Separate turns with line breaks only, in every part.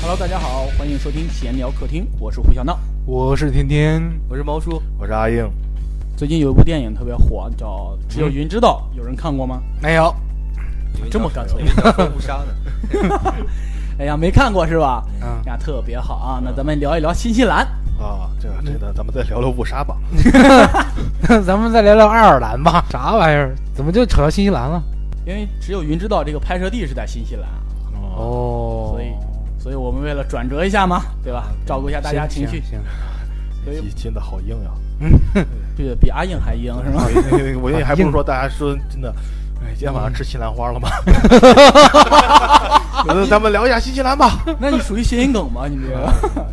Hello，大家好，欢迎收听闲聊客厅，我是胡小闹。
我是天天，
我是毛叔，
我是阿英，
最近有一部电影特别火，叫《只有云知道》，有人看过吗？
没有，
这么干脆
因为要说误杀呢。
哎呀，没看过是吧？
嗯，
呀，特别好啊！那咱们聊一聊新西兰。
啊，这
嗯
个这个，咱们再聊聊误杀吧。
咱们再聊聊爱尔兰吧，啥玩意儿？怎么就扯到新西兰了？
因为只有云知道这个拍摄地是在新西兰，
哦，
哦，
所以，所以我们为了转折一下嘛，对吧？照顾一下大家情绪，
行，
所
这
以
期嗯亲的好硬呀！啊
对比阿硬还硬是吗？
我觉得还不如说大家说真的，哎，今天
嗯
晚上吃西兰 花了吗？呃咱们聊一下新西兰吧。
那你属于谐音梗吗？你这个，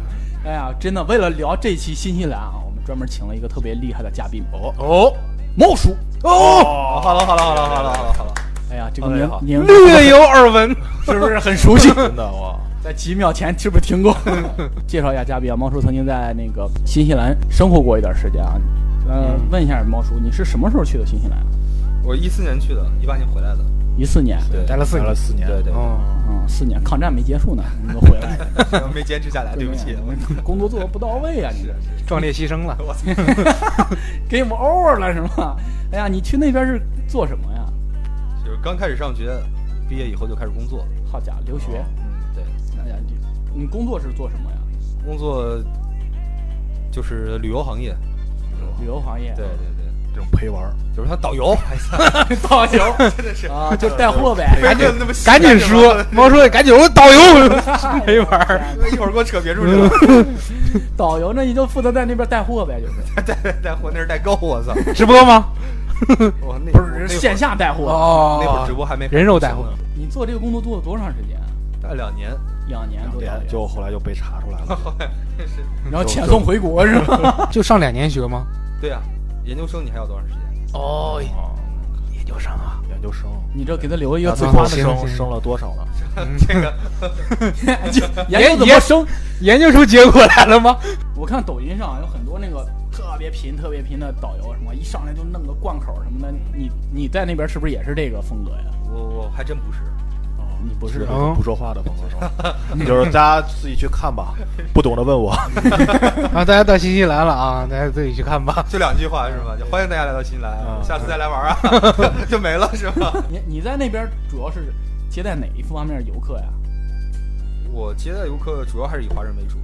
哎呀，真的，为了聊这期新西兰啊，我们专门请了一个特别厉害的嘉宾哦哦，猫叔哦，
哦，好了好了好了好了
哦
好了好了，
哎呀，这个
哎
名
好
名
略有耳闻。
是不是很熟悉？
真的哦哇，
在几秒前是不是听 过？介绍一下嘉宾啊，猫叔曾经在那个新西兰生活过一段时间啊。呃，
嗯
问一下猫叔，你是什么时候去的新西兰啊？
我一四年去的，一八年回来的。
一四年，
对，
待了四
待了
年，
四年，
对对
哦，
嗯，四年，抗战没结束呢，你们都回来了，
没坚持下来， 对不起。我
工作做的不到位啊，你这
壮烈牺牲了。
我操，
game over 了是吗？哎呀，你去那边是做什么呀？
就是刚开始上学，毕业以后就开始工作。
好家伙，留学？
嗯，对，
哎呀，你你工作是做什么呀？
工作就是旅游行业。
旅游行业？
对对对，
这种陪玩儿，
就是他导游，还操，
导游
真的是
啊，就带货呗。
非得那么 细
赶紧说， 猫说赶紧，我导游 没玩儿。
一会儿给我扯别处去了，
导游那你就负责在那边带货呗， 就是
带带货那是代购，我操！
直播吗？
我那
不是
那会儿
线下带货。
哦
那会儿直播还没
人肉带货
呢，
你做这个工作做了多长时间啊？
大概两年。
两年多
对就后来就被查出来了。
然后遣送回国是吗？
就上两年学吗？
对啊，研究生你还有多长时间？
哦，
哦，
研究生啊，
研究生，
你这给他留一个
那
最
最
夸
后
的
行
生
行
生了多少呢？
这个
研究怎么生？
研究出结果来了吗？
我看抖音上有很多那个特别贫、特别贫的导游，什么一上来就弄个贯口什么的。你你在那边是不是也是这个风格呀？
我我还真不是，
哦，你不
是
是
啊
不说话的风格 是吧，就是大家自己去看吧，不懂的问我。
啊，大家到新西兰了啊，大家自己去看吧。
就两句话是吧？就欢迎大家来到新西
啊
兰，下次再来玩儿啊， 就没了是吧？
你你在那边主要是接待哪一方面的游客呀？
我接待游客主要还是以华人为主，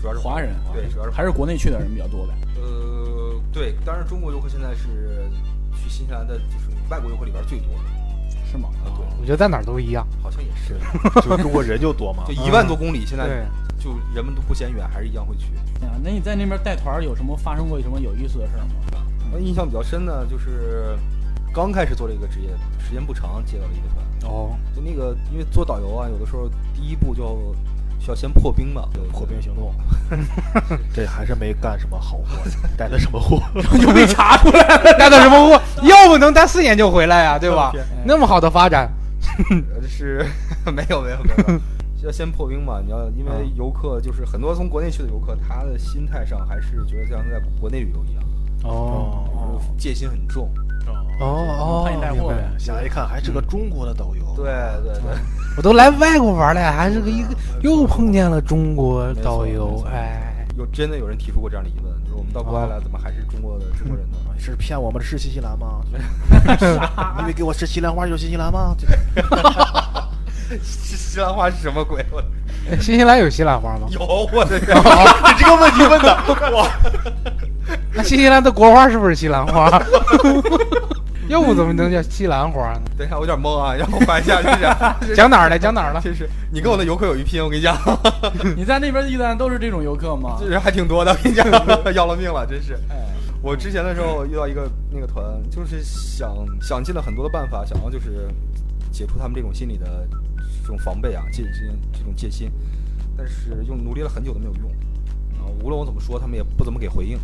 主要是
华人啊
对，主要是
还是国内去的人比较多呗？
呃对，当然中国游客现在是去新西兰的，就是外国游客里边儿最多的
是吗？
啊，对，
我觉得在哪儿都一样。
好像也是，
就中国人就多嘛
就，一万多公里，现在
对，
就人们都不嫌远，还是一样会去。
对啊，那你在那边带团儿有什么发生过什么有意思的事儿吗？
那印象比较深的就是刚开始做这个职业，时间不长，接到了一个团。
哦，
就那个，因为做导游啊，有的时候第一步就需要先破冰嘛，
破冰行 动，这还是没干什么好活，带的什么货？
就被查出来。
待到什么货？要不能待四年就回来呀、对吧？那么好的发展，
呃是没有没有没 有，啊要先破冰嘛。你要因为
嗯
游客就是很多从国内去的游客，他的心态上还是觉得像在国内旅游一样，
哦
哦
就是戒心很重。
哦哦，
怕你带货
明白
呗
下嗯一看还是个中国的导游，
对，对对，
我都来外国玩了呀，还是个一个又碰见了中国导游， 哎，
有真的有人提出过这样的疑问，就是我们到国外来，怎么还是中国的中国人 呢？
你是骗我们是新西兰吗？你以为给我吃西兰花就是新西兰吗？
西西兰话是什么鬼？我
新西兰有西啊兰花吗？
有我 的天！
你这个问题问的， 哇！
那新西兰的国花是不是西兰花？ 要不怎么能叫西兰花呢？
等一下，我有点懵啊，让我缓一下，是 这样。
讲哪儿了？讲哪儿 了？
真是，你跟我的游客有一拼，我跟你讲。
你在那边遇到都是这种游客吗
这？人还挺多的，我跟你讲， 要了命了，真是。
哎，
我之前的时候遇到一个那个团，就是想想尽了很多的办法，想要就是解除他们这种心理的这种防备啊，戒这这种戒心，但是用努力了很久都没有用啊。无论我怎么说，他们也不怎么给回应，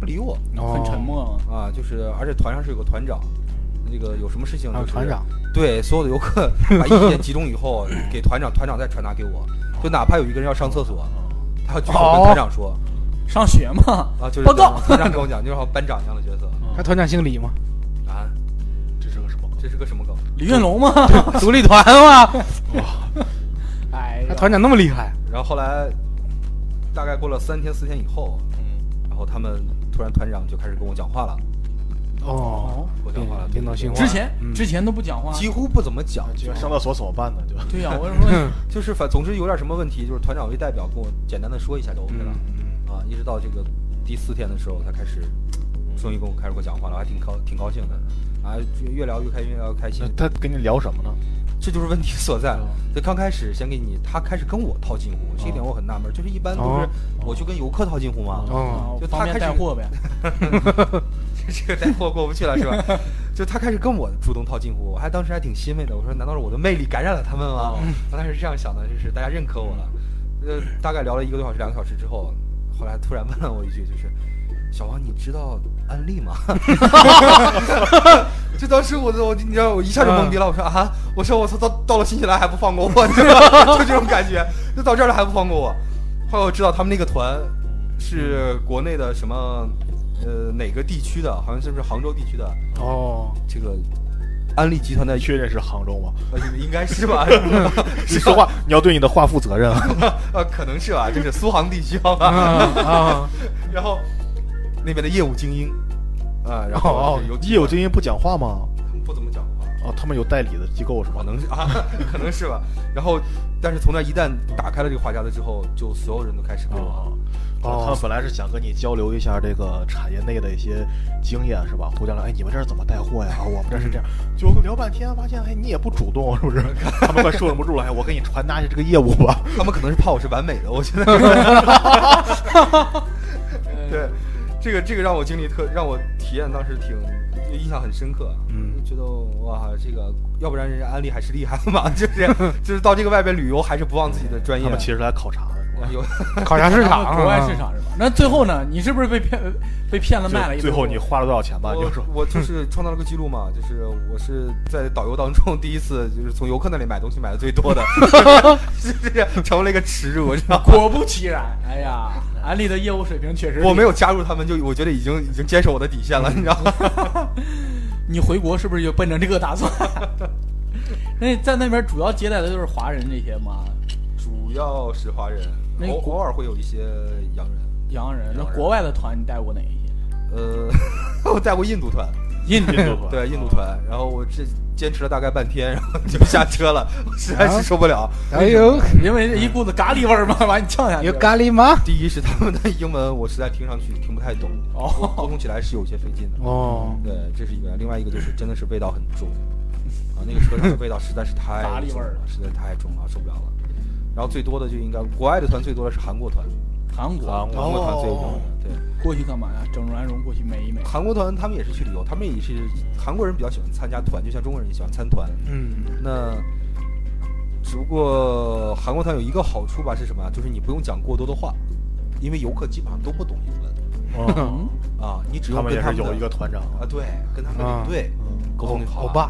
不理我
很沉默吗。
啊。就是而且团上是有个团长，那个有什么事情、
哦。
就
啊，
是
船长，
对所有的游客把意见集中以后给团长，团长再传达给我。就哪怕有一个人要上厕所，他要举手跟团长说。
上学嘛，
啊，就是
报告。
团长跟我讲，就是好像班长一样的角色
那团长姓李 吗？
啊，
这是个什么？
这是个什么梗？
李云龙嘛，
独立团吗？
哎呀，
那团长那么厉害？
然后后来大概过了三天四天以后，
嗯，
然后他们突然团长就开始跟我讲话了，
哦，
我讲话了，
领导训话
对
之前
嗯
之前都不讲话，
几乎嗯不怎么讲，
就上厕所怎么办呢？就
对呀，我就 说
就是反总之有点什么问题，就是团长为代表跟我简单的说一下就 OK 了。
嗯
啊，一直到这个第四天的时候，他开始终于跟我开始跟我讲话了，我还挺高挺高兴的，啊，越越聊越开越聊越开心
那。他跟你聊什么呢？
这就是问题所在
哦。
就刚开始先给你，他开始跟我套近乎，这一点我很纳闷，就是一般都是
哦
我去跟游客套近乎嘛，
啊
哦，
就
方
他
便
开
带
始
货呗，
这个带货过不去了是吧？就他开始跟我主动套近乎，我还当时还挺欣慰的，我说难道是我的魅力感染了他们吗？
哦
我当时是这样想的，就是大家认可我了。呃，大概聊了一个多小时、两个小时之后，后来突然问了我一句，就是小王，你知道安利吗？ 就当时我的我你知道我一下就懵逼了，我说啊，我说我操到到了新西兰还不放过 我，你知道吗就这种感觉，就到这儿了还不放过我。后来我知道他们那个团是国内的什么呃哪个地区的，好像是不是杭州地区的
哦，
这个安利集团的
确认是杭 州吗？
呃，应该是 吧？
你说话，你要对你的话负责任啊！
呃，可能是吧，就是苏杭地区，好
啊
吧？
嗯
啊，
然后那边的业务精英，啊，然后
哦
有
哦，业务精英不讲话吗？
他们不怎么讲话，
哦，他们有代理的机构是
可
吧？
能是啊，可能是吧。 然后，但是从那一旦打开了这个话匣子之后，就所有人都开始跟我
哦，
哦
他们本来是想跟你交流一下这个产业内的一些经验是吧？互相聊，哎，你们这是怎么带货呀？啊我们这是这样，就聊半天，发现哎你也不主动，是不 是？他们快受忍不住了，哎，我给你传达一下这个业务 吧。
他们可能是怕我是完美的，我 觉得。对，这个这个让我经历特，让我体验当时挺印象很深刻。啊
嗯，
觉得哇，这个要不然人家安利还是厉害的嘛， 就是就是到这个外边旅游还是不忘自己的专业。
他们其实来考察的是 吧？
有
考察市
然
啊
场，
后国外市场是吧？那最后呢，你是不是被骗被骗了
最
卖了一堆
最后
货哦
你花了多少钱吧？你就说
我我就是创造了个记录嘛， 就是我是在导游当中第一次就是从游客那里买东西买的最多的， 就是成为了一个耻辱， 你知道吗？
果不其然，哎呀，安利的业务水平确实，
我没有加入他们，就我觉得已经已经坚守我的底线了，你知道吗？
你回国是不是就奔着这个打 算？那在那边主要接待的就是华人这些嘛，
主要是华人，
那
偶
国
偶尔会有一些洋人。
洋人。那
洋人
国外的团你带过哪一些？
呃，我带过印度团，
印度
印度团
对印度团，然后我这坚持了大概半天， 然后就下车了，我实在
啊
是受不了。
哎呦，
因为一股子咖喱味儿嘛，把你呛下去
有
了。
咖喱吗？
第一是他们的英文，我实在听上去听不太懂，
哦
沟通起来是有些费劲的。
哦，
对，这是一个，另外一个就是真的是味道很重，啊，那个车上的味道实在是太
咖喱味儿
重了，实在太重了，受不了了。然后最多的就应该国外的团最多的是韩国团，
韩国
韩国
韩国团最多
哦。
对，
过去干嘛呀？整软绒过去美一美。
韩国团他们也是去旅游，他们也是韩国人比较喜欢参加团，就像中国人也喜欢参团。
嗯，
那只不过韩国团有一个好处吧，是什么啊？就是你不用讲过多的话，因为游客基本上都不懂英文
嗯
嗯，
啊，你只
他
用
们
跟
也
他
是
们
有
的
一个团长，
啊，对，跟他们的
啊
领队
嗯
沟通就好
欧
了
巴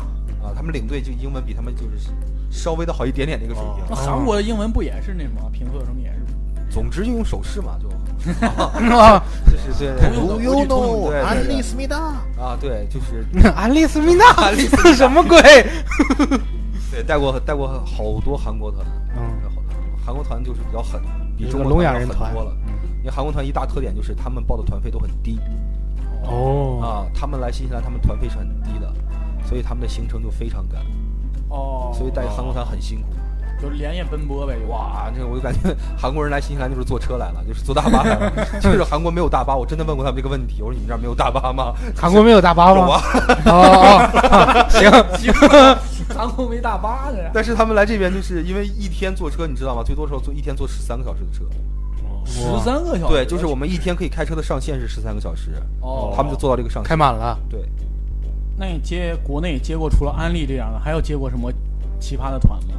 啊，他们领队就英文比他们就是稍微的好一点点这个水
那
哦
平。
韩国的英文不也是那什么评测什么也是
总之就用手势嘛，就
啊，
就是对
通用的
对
我去通用
对对对
思密达。
啊，对，就是
安利思密达，
安利斯密达
什么鬼？
对带过带过好多韩国团，
嗯
好多韩国团就是比较狠，比
有
中
个
国
聋哑
要
人
狠
团嗯
多了。因为韩国团一大特点就是他们报的团费都很低
哦，
啊，他们来新西兰他们团费是很低的，所以他们的行程就非常赶，
哦，
所以带韩国团很辛苦。
就是连夜奔波呗。 哇，
哇，这个我就感觉韩国人来新西兰就是坐车来了，就是坐大巴来了。 就是韩国没有大巴，我真的问过他们这个问题，我说你们这儿没有大巴吗？
韩国没有大巴
有
吗
啊？，
哦哦，哦行，
韩国没大巴呢。
但是他们来这边就是因为一天坐车，你知道吗？最多时候坐一天坐十三个小时的车。
十三个小时，
对，就是我们一天可以开车的上限是十三个小时，
哦，
他们就做到这个上
开
限。
满了，
对，
那你接国内接过除了安利这样的，还有接过什么奇葩的团吗？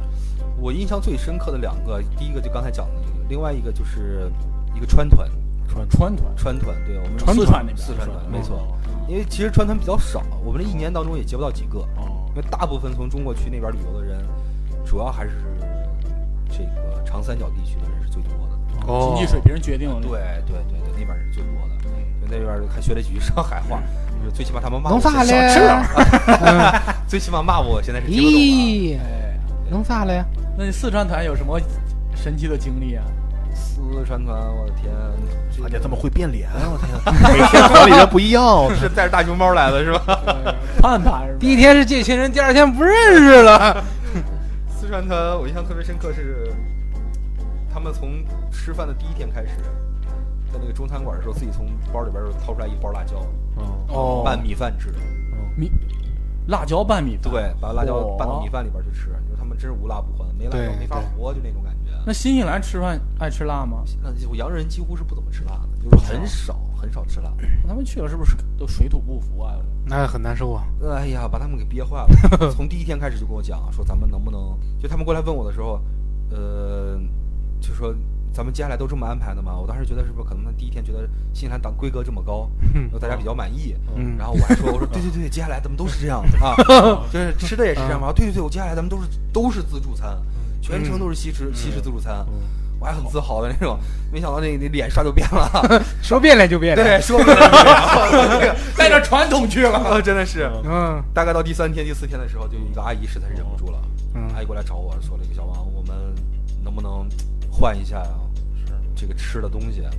我印象最深刻的两个，第一个就刚才讲的那个，另外一个就是一个川团，
川团，
川团，对我们
川团
四
那边
四川
是吧哦
团，没错。因为其实川团比较少，我们这一年当中也接不到几个。
哦
因为大部分从中国去那边旅游的人，主要还是这个长三角地区的人是最多的。
经济水平决定了。
对，对对对，那边人是最多的。
嗯
就那边还学了几句上海话，就是最起码他们骂我
弄啥
是
嘞
小吃啊，最起码骂我现在是听不懂啊
咦，
哎，
弄啥了呀？
那你四川团有什么神奇的经历啊！
四川团，我的天，
而
这
且
个
他们会变脸，啊 我天，每天管理员不一样，
是带着大熊猫来的是吧？
盼盼是吧
第一天是借亲人，第二天不认识了。
四川团，我印象特别深刻是，他们从吃饭的第一天开始，在那个中餐馆的时候，自己从包里边儿掏出来一包辣椒，
嗯，
哦
拌米饭吃。
米辣椒拌米饭
对，把辣椒拌到米。
哇
饭里边去吃，你说他们真是无辣不欢，没辣椒
对
没法活，就那种感觉。
那新西兰吃饭爱吃辣吗？
那就洋人几乎是不怎么吃辣的，就是很少很少吃辣。
他们去了是不是都水土不服 啊？
那很难受啊。
哎呀，把他们给憋坏了。 从第一天开始就跟我讲说，咱们能不能就他们过来问我的时候，呃，就说咱们接下来都这么安排的嘛。我当时觉得是不是可能他第一天觉得新西兰党规格这么高，然后大家比较满意。
嗯
然后我还说，我说对对对，接下来咱们都是这样啊，就是吃的也是这样嘛。哦对对对，我接下来咱们都是都是自助餐，全程都是西式西式自助餐。我还很自豪的那种，没想到那那脸刷就变 了，
说变脸就变脸。
对，说不了这个，
带着传统去了。
啊真的是。
嗯，
大概到第三天、第四天的时候，就有一个阿姨实在是忍不住了，
嗯
阿姨过来找我说了一个小王，我们能不能换一下呀、
是
这个吃的东西？啊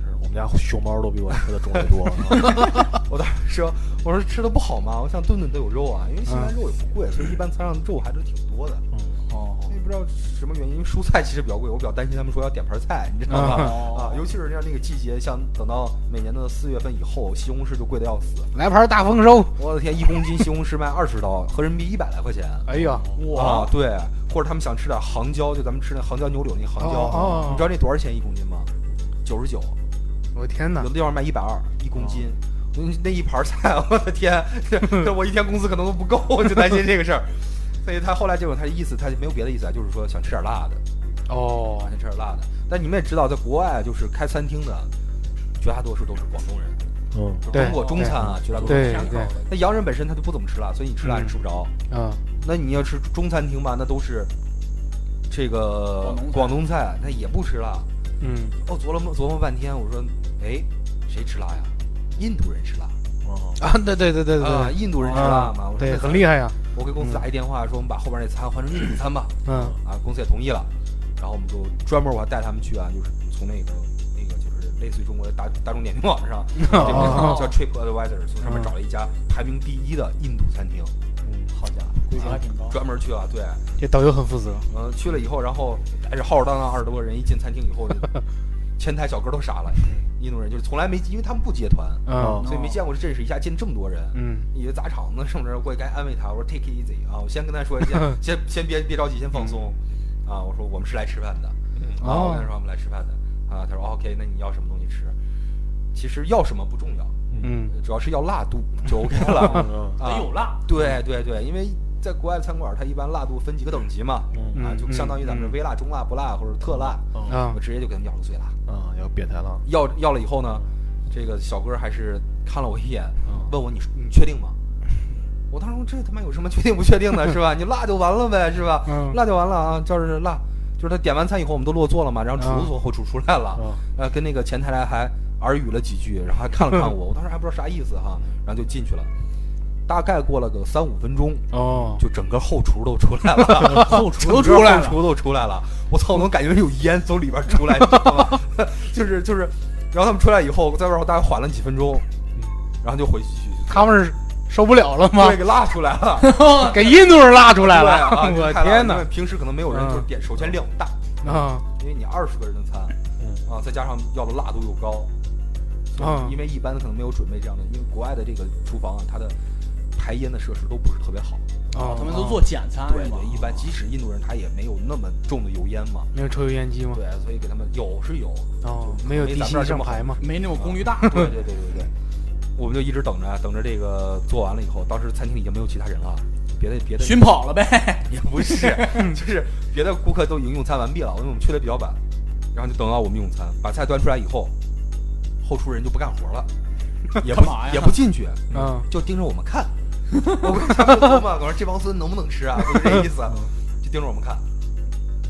是我们家熊猫都比我吃的种类多， 啊
我当时说，我说吃的不好吗？我想顿顿都有肉啊，因为西安肉也不贵，所以一般餐上肉还是挺多的。
哦，
也不知道什么原因，因为蔬菜其实比较贵，我比较担心他们说要点盘菜，你知道吗？
哦
啊，尤其是像那个季节，像等到每年的四月份以后，西红柿就贵的要死。
来盘大丰收。
我的天，一公斤西红柿卖二十刀，合人民币一百来块钱。
哎呀，
哇
啊，对，或者他们想吃点杭椒，就咱们吃那杭椒牛柳那杭椒，
哦哦哦
你知道那多少钱一公斤吗？九十九，
我天哪
有的！地方卖一百二一公斤。
哦
嗯那一盘菜， 我的天，这这我一天工资可能都不够，我就担心这个事儿。所以他后来这种他的意思，他就没有别的意思啊，就是说想吃点辣的，
哦
啊，，想吃点辣的。但你们也知道，在国外就是开餐厅的，绝大多数都是广东人，
嗯，
就
对
中国中餐啊，绝大多数都是
对
这样的
对，
那洋人本身他就不怎么吃辣，所以你吃辣
嗯
你吃不着。
嗯，
那你要吃中餐厅吧，那都是这个
广东菜
广东菜，那也不吃辣。
嗯，
哦，琢磨琢磨半天，我说，哎，谁吃辣呀？印度人吃辣
哦
啊，对对对对对
啊，
对，
印度人吃
啊
辣嘛。我说
对，
那
很厉害嗯呀。
我给公司打一电话，说我们把后边那餐换成印度餐吧。
嗯，
啊，公司也同意了，然后我们就专门我还带他们去啊，就是从那个那个就是类似于中国的大大众点评网 上，这个
哦
叫 TripAdvisor，从上面找了一家排名第一的印度餐厅。
哦
好家伙，
规格还挺高。
专门去啊，对。
这导游很负责。
嗯，去了以后，然后带着浩浩荡荡二十多个人一进餐厅以后，前台小哥都傻了，印度人就是从来没，因为他们不接团，
嗯
所以没见过这阵势一下进这么多人，
嗯，
以为砸场子什么的，过去该安慰他，我说 take it easy 啊，我先跟他说， 先先先别别着急，先放
嗯
松，啊，我说我们是来吃饭的，啊，
哦
我跟他说我们来吃饭的，啊，他说 OK，那你要什么东西吃？其实要什么不重要，呃
嗯，
主要是要辣 度就 OK 了，啊
嗯得有辣，
对对对，因为在国外的餐馆，它一般辣度分几个等级嘛，
嗯
啊，
嗯
就相当于咱们这微辣、中辣、不辣或者特辣，
啊
我，直接就给他们要了最辣。
啊，要变态了，
要要了以后呢，这个小哥还是看了我一眼
嗯，
问我你你确定吗？ 我当时说这他妈有什么确定不确定的，是吧？你辣就完了呗，是吧
嗯？
辣就完了啊，就是辣，就是他点完餐以后我们都落座了嘛，然后厨子从后厨出来了
嗯，
呃，跟那个前台来还耳语了几句，然后还看了看我， 我当时还不知道啥意思哈，然后就进去了。大概过了个三五分钟，
哦，
就整个后厨都出来了， 后厨都出来了，后厨都出来了。我操，我能感觉有烟从里边出来，你知道吗？ 就是就是，然后他们出来以后，在外边大概缓了几分钟，嗯然后就回去去
他们是受不了了吗
对？给拉 出来了，
给印度人拉出来
对
了！
啊，
我
就太辣了
天
因为
哪！
平时可能没有人就是点，首先量大，
啊，
因为你二十个人的餐，啊，再加上要的辣度又高，
啊
因为一般可能没有准备这样的，因为国外的这个厨房啊，它的排烟的设施都不是特别好，
哦，
他们都做简餐
对
是吗
对，一般即使印度人他也没有那么重的油烟嘛。
没有抽油烟机吗？
对，所以给他们有是有，
嗯
哦，
就
没有
没
地
咱们这
心
儿这
上
么
排吗？
没那种功率 大。
对对对对对，我们就一直等着，等着这个做完了以后，当时餐厅里已经没有其他人了，别的别的
熏跑了 呗，
也不是，就是别的顾客都已经用餐完毕了，因为我们去的比较晚，然后就等到我们用餐，把菜端出来以后，后厨人就不干活了，也不
干嘛呀
也不进去，
嗯
就盯着我 们看。我跟他们说嘛，我说这帮孙子能不能吃啊？就是这意思，
嗯
就盯着我们看。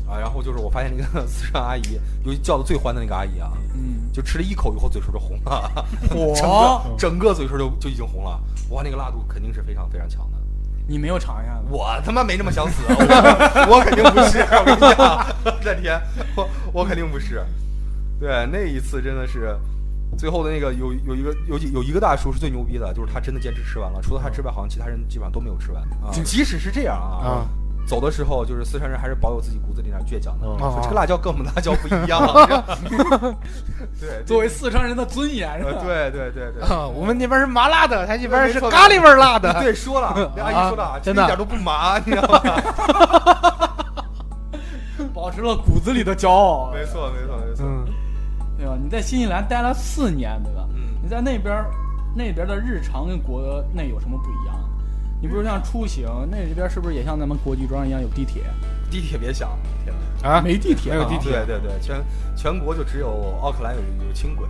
啊，然后就是我发现那个 四川阿姨，尤其叫的最欢的那个阿姨啊，
嗯，
就吃了一口以后，嘴唇就红 了，整
火
个整个嘴唇就就已经红了。哇，那个辣度肯定是非常非常强的。
你没有尝一下子？
我他妈没那么想死，啊我我肯定不是，我跟你讲，战天，我我肯定不是。对，那一次真的是，最后的那个有有一个有几有一个大叔是最牛逼的，就是他真的坚持吃完了，除了他之外，好像其他人基本上都没有吃完。啊、即使是这样啊。
啊
走的时候，就是四川人还是保有自己骨子里那点倔强的。
嗯
哦
说哦 这个辣椒跟我们辣椒不一样。啊 对，
作为四川人的尊严是
呃
吧？
对对对 对，
啊，我们那边是麻辣的，他那边是
没错
咖喱味儿辣的。
对，说 了，那阿姨说了，
啊
这
真的
一点都不麻，你知道吗？
保持了骨子里的骄傲。啊
没错，没错，没错。
嗯，
对吧？你在新西兰待了四年，对吧？
嗯
你在那边儿那边儿的日常跟国内有什么不一样？你比如像出行，那里边儿是不是也像咱们国际庄一样有地铁？
地铁别想，天哪！
啊，
没地铁、啊，
没有地铁
对对对，全全国就只有奥克兰有有轻轨，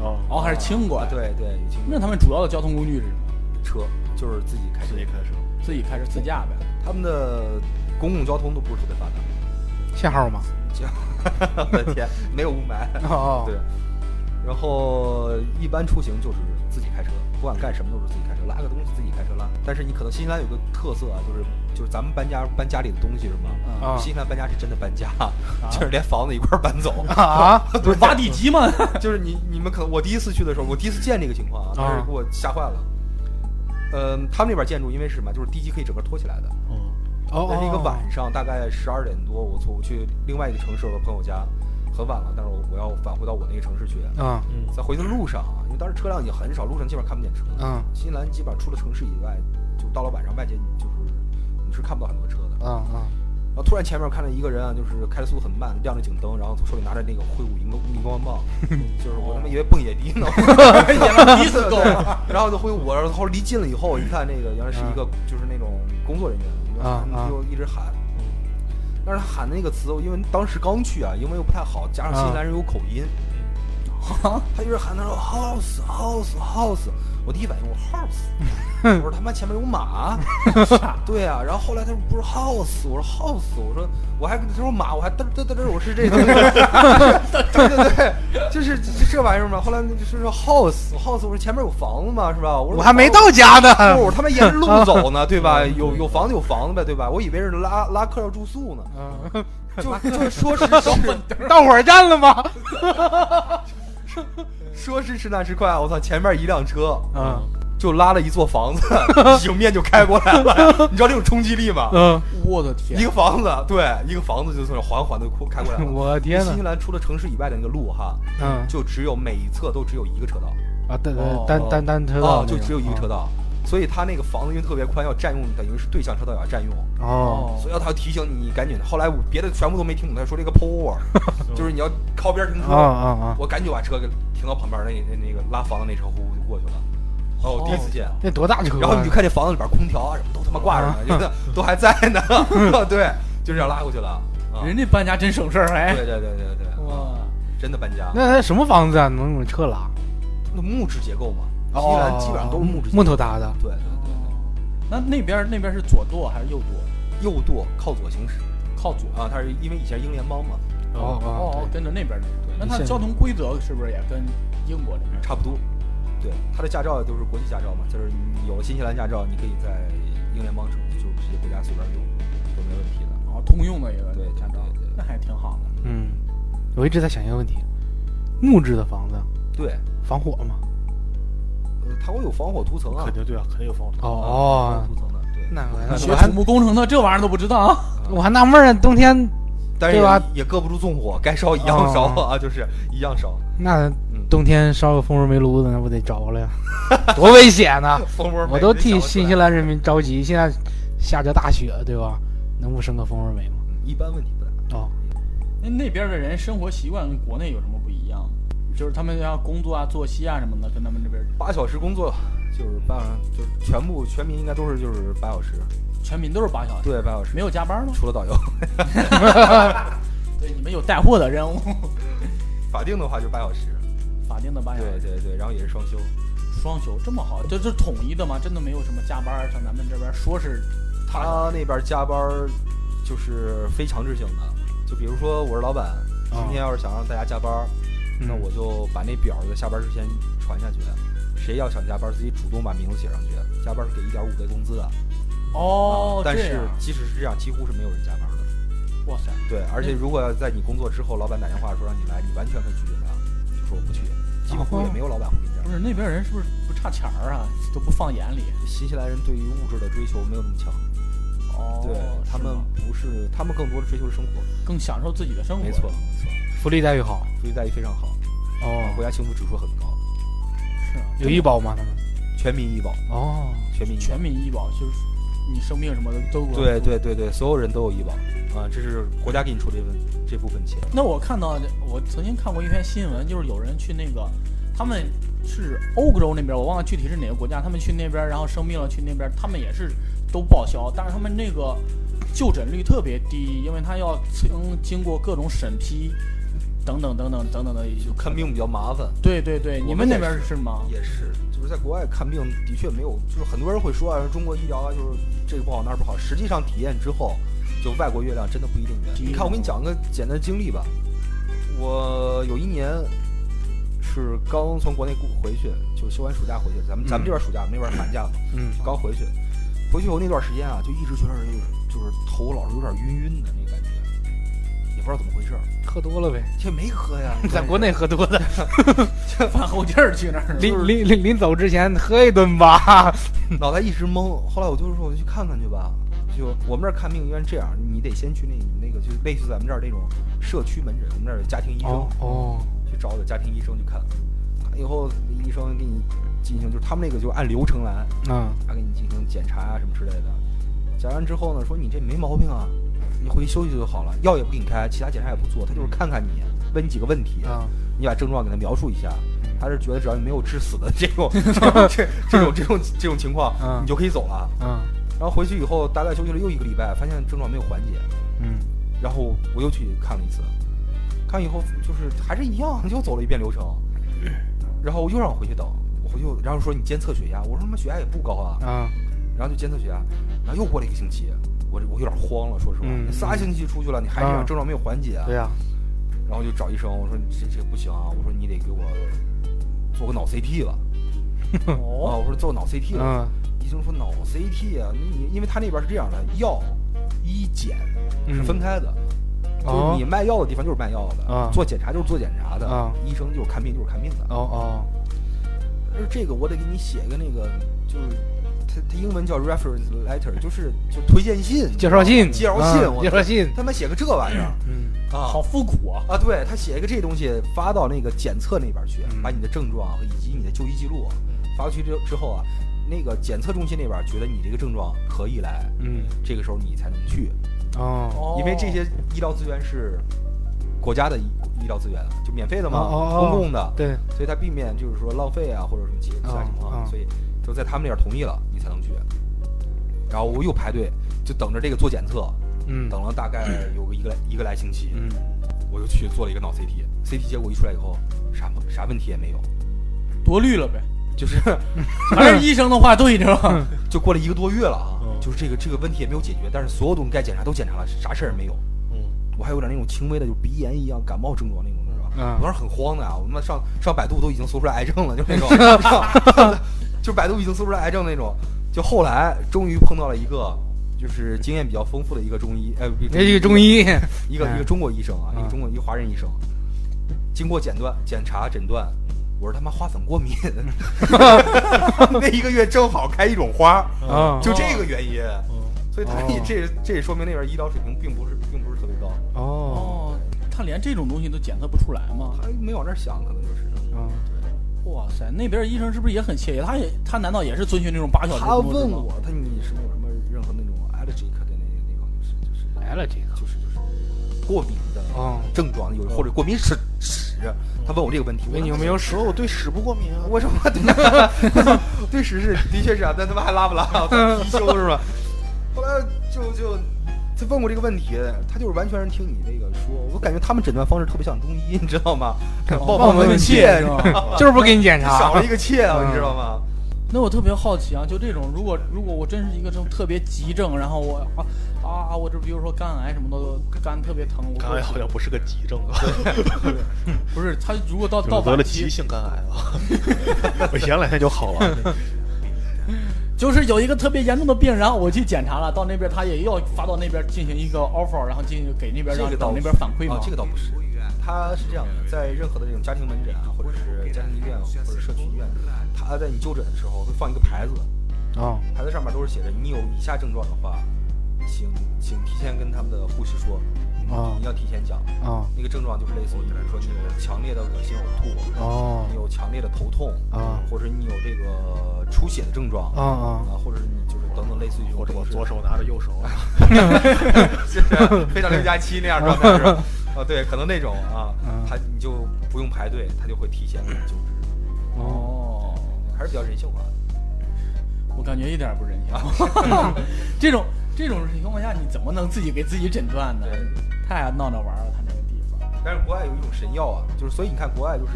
哦，
哦，还是轻轨、
啊，对对，有轻轨
那他们主要的交通工具是什么？
车就是自己开车
自己，开车，
自己开车自驾呗。
啊
他们的公共交通都不是特别发达，
限号吗？
这样 我的天，没有雾 霾，
哦，
对。然后一般出行就是自己开车，不管干什么都是自己开车，拉个东西自己开车拉。但是你可能新西兰有个特色啊，就是就是咱们搬家搬家里的东西是吗？
嗯
啊
新西兰搬家是真的 搬家，就是连房子一块儿搬走。
啊，
不是挖地基吗？
就是你你们可能我第一次去的时候，我第一次见这个情况啊，当时给我吓坏了。嗯，他们那边建筑因为是什么，就是地基可以整个拖起来的。
嗯，
哦，
那是一个
碗
晚上，大概十二点多，我从我去另外一个城市，我朋友家，很晚了，但是我我要返回到我那个城市去。
啊，
嗯
在回去的路上啊，因为当时车辆已经很少，路上基本上看不见车。
嗯
新西兰基本上除了城市以外，就到了晚上外界你就是你是看不到很多车的
啊。啊，
然后突然前面看到一个人啊，就是开的速度很慢，亮着警灯，然后从手里拿着那个挥舞荧光荧光 棒，嗯就是我他妈以为蹦野迪呢，哦 野迪死狗，然后就挥舞，然后离近了以后，一看那个原来是一个就是那种工作人员，
啊
然
啊
后就一直喊，嗯但是他喊那个词，因为当时刚去啊，英文又不太好，加上新西兰人有口音，他一直喊他说 house house house，我第一反应我 house，我说他妈前面 有马，对啊，然后后来他说不是 house，我说 house，我说我还跟他说马，我还嘚嘚嘚嘚，我是这个，对对对，就是这这玩意儿嘛。后来就是说 house house，我说前面有房子嘛，是吧？我说
我还没到家呢。
不是我他妈沿着路走呢，对吧？有有房子有房子呗，对吧？我以为是拉拉客要住宿呢，
嗯
就就 说时迟，
到火车站了 吗？
说时迟那时快，啊我操！前面一辆车，
嗯
就拉了一座房 子，迎面就开过来了。你知道这种冲击力吗？
嗯，
我的
一
天！
个房子，对，一个房子就从那缓缓的开过来了。
我的天
新西
呐。
兰除了城市以外的那个路哈，
嗯
就只有每一侧都只有一个车道，
啊，单
哦
单单单车道
啊，
那
就
种
只有一个车。道，所以它那个房子因为特别宽，要占用，等于是对向车道也要占用。
哦
所以要他提醒你，你赶紧。后来我别的全部都没听懂，他说这个 pull over，就是你要靠边停
啊
车。
啊啊！
我赶紧把车给停到旁边那那那个拉房子那车，呼呼就过去了。哦，我第一次见。
那多大车啊？
然后你就看这房子里边空调啊什么都他妈挂着呢，觉得都还在 呢。对，就这样拉过去了。啊
人家搬家真省事儿哎
对。对对对对对，
哇，
真的搬家。
那那什么房子啊？能用车拉？
那木质结构嘛，新西兰哦基本上都是木质
哦
结构。
木头搭的。
对对对
那那边儿那边儿是左舵还是右舵？
对，右舵靠左行驶
靠左。
啊，它是因为以前英联邦嘛，
哦，
哦哦
哦，跟着那边儿那个。那
你
它的
现
交通规则是不是也跟英国这边儿？
差不多。对，它的驾照都是国际驾照嘛，就是你有了新西兰驾照，你可以在英联邦城就直接回家随便用，都没问题的。
哦，通用的一个
对对
驾照
对对，
那还挺好的。
嗯，我一直在想一个问题：木质的房子
对，
防火吗？
呃，它会有防火涂层啊
肯，定对啊，肯定有防火
哦
头。
防
哦
火，涂层的。对，
那我还
学
我
土
还
木工程的这玩意儿都不知道啊！
我还纳闷儿呢，冬天
但是
对吧
也也搁不住纵火，该烧一样烧啊，就是一样烧。
那
嗯，
冬天烧个蜂窝煤炉子，那不得着了呀？ 多危险呐！
蜂窝煤
我都
没
替
想出来
新西兰人民着急，现在下着大雪，对吧？能不生个蜂窝煤吗？
嗯一般问题不大。
哦，
那那边儿的人生活习惯跟国内有什么不一样？就是他们要工作啊、作息啊什么的，跟他们这边儿
八小时工作就是八，就是全部全民应该都是就是八小时，
全民都是八小时，
对，八小时
没，有加班吗？
除了导游，
对，你们有带货的任务，
法定的话就是八小时。
法定的八小
对
时，
对对，然后也是双休。
双休这么好，这这是统一的吗？真的没有什么加班儿，像咱们这边儿说是啊
他那边加班儿就是非强制性的，就比如说我是老板，
啊
今天要是想让大家加班儿，
嗯
那我就把那表儿在下班之前传下去，谁要想加班儿，自己主动把名字写上去，加班儿是给一点五倍工资的。啊
哦，
但
这
是
样嗯
即使是这样，几乎是没有人加班的。
哇塞，
对，而且如果要在你工作之后，老板打电话说让你来，你完全可以拒绝他，就说我不去。
嗯
基本
哦
上也没有老板会跟你这
不
样。
是那边人是不是不差钱儿啊？都不放眼里。
新西兰人对于物质的追求没有那么强，
哦，
对他
是
们
吗
不是，他们更多的追求是生活。
更享受自己的生活。
没错，没错，
福利待遇好
福利待遇非常好，啊
哦
国，家幸福指数很高，
是啊，
有医保吗？他们
全民医保，
哦，
全啊民医保
全。民医保，就是你生病什么的都给我
对。对对对，所有人都有医保啊，这是国家给你出这份这部分钱。
那我看到我曾经看过一篇新闻，就是有人去那个，他们是欧洲那边，我忘了具体是哪个国家，他们去那边然后生病了去那边，他们也是都报销，但是他们那个就诊率特别低，因为他要经经过各种审批。等等等等等等的，
就看病比较麻烦，
对对对，
我
你们
们
那
在
边是吗？
也是，就是在国外看病的确没有，就是很多人会说啊，中国医疗啊，就是这个不好那儿不好。实际上体验之后，就外国月亮真的不一定圆。
第一
你看，我给你讲个简单的经历吧。我有一年是刚从国内回去，就休完暑假回去，咱们咱们这边暑假，那边寒假嘛，
嗯
就刚回去。回去以后那段时间啊，就一直觉得有点就是头老是有点晕晕的那个感觉，也不知道怎么回事儿。
喝多了呗，，
这没喝 呀
在国内喝 多的，
饭后劲儿去那儿。
临临临临走之前喝一顿吧。
脑袋一直懵。后来我就说，我就去看看去吧。就我们这儿看病一般这样，你得先去那那个，就是类似咱们这儿那种社区门诊，我们这儿有家庭医生，
哦，
去找有家庭医生去看。以后医生给你进行，就是他们那个就按流程来，
嗯，
啊给你进行检查啊什么之类的。检查完之后呢，说你这没毛病啊，你回去休息就好了，药也不给你开，其他检查也不做，他就是看看你，问你几个问题，
嗯啊，嗯
你把症状给他描述一下，他是觉得只要你没有致死的 这 种这这种这种这种情况，
嗯
你就可以走了。
嗯
然后回去以后大概休息了又一个礼拜，发现症状没有缓解，
嗯，
然后我又去看了一次，看以后就是还是一样， 又走了一遍流程，
嗯
然后又让我回去等，我回去又然后说你监测血压，我说他妈血压也不高啊，
啊，
然后就监测血压，然后又过了一个星期，我我有点慌了，说实话，
嗯
你仨星期出去了，你还这
啊
样，症状没有缓解啊，
对呀，
然后就找医生，我说你这这不行啊，我说你得给我做个脑 CT 了。啊，
哦，
我说做脑 CT 了，
嗯
医生说脑 CT 啊，那你因为他那边是这样的，药、医检是分开的，就是你
嗯哦
卖药的地方就是卖药的，
啊
做检查就是做检查的，
啊
医生就是看病就是看病的。
哦
但是呃这个我得给你写一个那个，就是他他英文叫 reference letter，就是就推荐信、
哦，介绍信，
介绍信，
嗯
我
介绍信，
他妈写个这玩意儿
嗯
啊！
好复古啊！
啊，对他写一个这东西发到那个检测那边去，
嗯
把你的症状和以及你的就医记录发过去之之后啊，那个检测中心那边觉得你这个症状可以来，
嗯，
这个时候你才能去，
哦
哦，
因为这些医疗资源是国家的医医疗资源，就免费的嘛，
哦哦哦
公共的，
对，
所以他避免就是说浪费啊或者什么其其他情况，
哦哦
所以就在他们那边同意了，你才能去。然后我又排队，就等着这个做检测，
嗯
等了大概有个一个来一个来星期，
嗯，
我就去做了一个脑 CT，CT 结果一出来以后，啥么啥问题也没有，
多虑了呗。
就是
反正医生的话对着。
就过了一个多月了啊，
嗯
就是这个这个问题也没有解决，但是所有东西该检查都检查了，啥事儿也没有。
嗯，
我还有点那种轻微的，就是鼻炎一样感冒症状那种，是吧？
嗯
我当时很慌的啊，我他妈上上百度都已经搜出来癌症了，就那 种 上，就百度已经搜出来癌症那种。就后来终于碰到了一个，就是经验比较丰富的一个中医，呃，不
哎这一个中医，
一个
嗯
一个中国医生啊，
嗯
一个中国一个华人医生，经过诊断、检查、诊断，我是他妈花粉 过敏，那一个月正好开一种花，
啊，
就这个原因，所以他
哦
也这这也说明那边医疗水平并不是并不是特别高，
哦，
哦，他连这种东西都检测不出来吗？
他没往那儿想，可能就是。
嗯
哇塞，那边医生是不是也很惬意？他也他难道也是遵循这种八小时
他
工作制
问
吗？
我，他你是没有什么任何那种 allergic 的那那种，就是就是
来了这个，
就是就是过敏的
哦
症状，有或者过敏史史，他问我这个问题，我
问你有没有屎
我对屎不过敏啊，
我什么？对对， 是是，的确是啊，但他妈还拉不拉？我操貔貅是吧？后来就就他问过这个问题，他就是完全是听你那个说，我感觉他们诊断方式特别像中医，你知道吗？望
望
闻
闻问
切
切是吧？
就是不给你检查
少，了一个切啊，
嗯
你知道吗？
那我特别好奇啊，就这种，如果如果我真是一个这种特别急症，然后我啊啊，我这比如说肝癌什么的，肝特别 疼，我
肝癌好像不是个急症啊，
不是他如果到
就是
到
得
晚
了
期
急性肝癌啊，我前两天就好了。
就是有一个特别严重的病，然后我去检查了，到那边他也要发到那边进行一个 offer，然后进行给那边
这
让
个倒
等那
不
边
是
反馈嘛。
啊，这个倒不是，他是这样的，在任何的这种家庭门诊啊，或者是家庭医院或者社区医院，他在你就诊的时候会放一个牌子，
哦，
牌子上面都是写着你有以下症状的话，请请提前跟他们的护士说，
啊
哦
你要提前讲。
哦
那个症状就是类似于，比如说你有强烈的恶心呕吐，
啊
哦
你有强烈的头痛，
啊
或者你有这个出血的症状
啊，啊！
啊，或者你就是等等类似于这种
或者
方
我
式
左手拿着右手，啊
就是 非常六加七那样状态是吧？啊，对，可能那种啊
嗯，
他你就不用排队，他就会提前给你救治，
哦，
哦，
还是比较人性化的。
我感觉一点儿不人 性。 这种这种情况下，你怎么能自己给自己诊断呢
对？
太闹着玩儿了，他那个地 方。
但是国外有一种神药啊，就是所以你看国外就是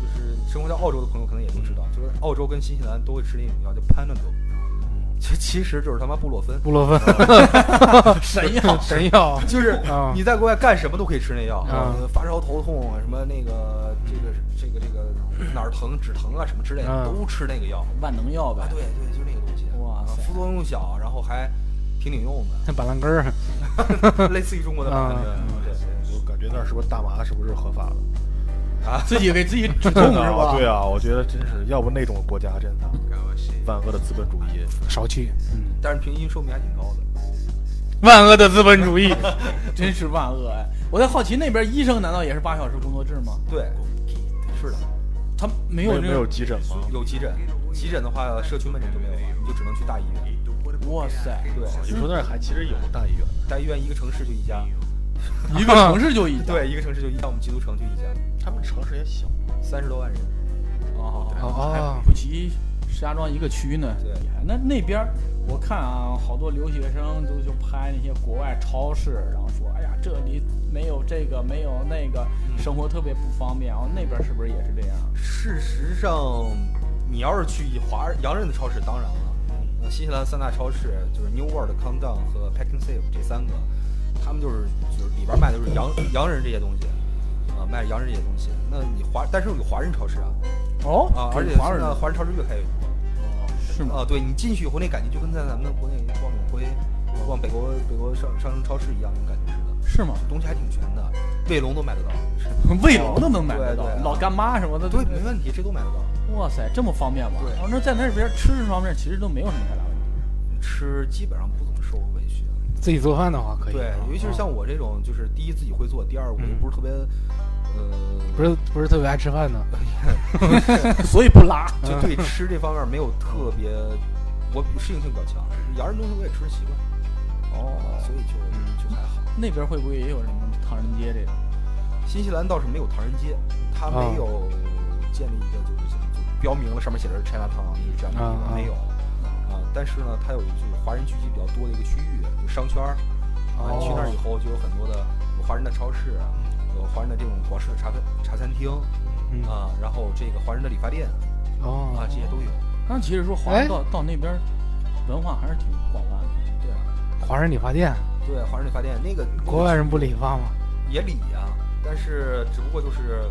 就是生活在澳洲的朋友可能也都知道，
嗯
就是澳洲跟新西兰都会吃的一种药叫 Panadol，其 其实就是他妈布洛芬，
嗯布洛芬
神 药
神药
就是
啊
你在国外干什么都可以吃那药，
啊
呃发烧、头痛啊，什么那个这个这个这个哪儿疼止疼啊什么之类
啊
的，都吃那个药。
万能药呗
啊，。对对，就那个东西。
哇塞
啊副作用小，然后还挺顶用
那板蓝根儿，
的，类似于中国的麻
啊
醉药对
我感觉那儿是不是大麻是不是合法 的？
啊，
自己给自己止痛是吧？
对啊，我觉得真是，要不那种国家真的万恶的资本主义。
少去。嗯，
啊但是平均寿命还挺高的。
万恶的资本主 义。
真是万恶哎！我在好奇那边医生难道也是八小时工作制吗？
对，是的，
他没
没
有
没
那
有
种，
急诊吗？
有急诊，急诊的话，社区门诊就没有了，你就只能去大医院。
哇塞，
对，
你说那儿还其实有大医院的，
大医院一个城市就一家，
一个城市就一家
对，一个城市就一家，我们基督城就一家，
他们城市也小。
三十多万人。
哦
哦
还
哦
不及石家庄一个区呢。
对
厉害那那边儿我看啊，好多留学生都去拍那些国外超市，然后说，哎呀，这里没有这个，没有那个，
嗯
生活特别不方便。然后那边儿是不是也是这样？
事实上，你要是去华人洋人的超市，当然了，那新西兰三大超市就是 New World、c o n d o w n 和 Packing Safe 这三个，他们就是就是里边卖的就是洋洋人这些东西，啊、卖洋人这些东西。那你华，但是有华人超市啊，
哦
啊，而且现在华人超市越开越多
是吗？
啊。对你进去以后那感觉就跟在咱们国内逛永辉、逛北国北国商商城超市一样，那种感觉似的，
是吗？
东西还挺全的，卫龙都买得到，
卫龙都能买
对
得到
对啊，
老干妈什么的都
对，没问题，这都买得到。
哇塞，这么方便吗？
对
哦，那在那边吃方面其实都没有什么太大问题。
吃基本上不怎么受委屈。
自己做饭的话可以。哦
对，尤其是像我这种，就是第一自己会做，第二我又
啊嗯
不是特别，呃，
不是不是特别爱吃饭的。
所以不拉。
就对吃这方面没有特别，我适应性比较强。洋人东西我也吃得习惯，
哦，
所以就就还好。
那边会不会也有什么唐人街这种？
新西兰倒是没有唐人街，它没
啊
有建立一个就是就标明了上面写着 China Town 就是这样的地
啊啊
方没有。啊，但是呢，它有就是华人聚集比较多的一个区域，就商圈儿。啊，
哦
你去那儿以后就有很多的有华人的超市，有华人的这种广式的茶餐茶餐厅，
嗯
啊，然后这个华人的理发店啊
哦，，
这些都有。
那其实说华人到到那边文化还是挺广泛的。
对啊，
华人理发店，
对，啊华人理发店那个
国外人不理发吗？
也理啊，但是只不过就是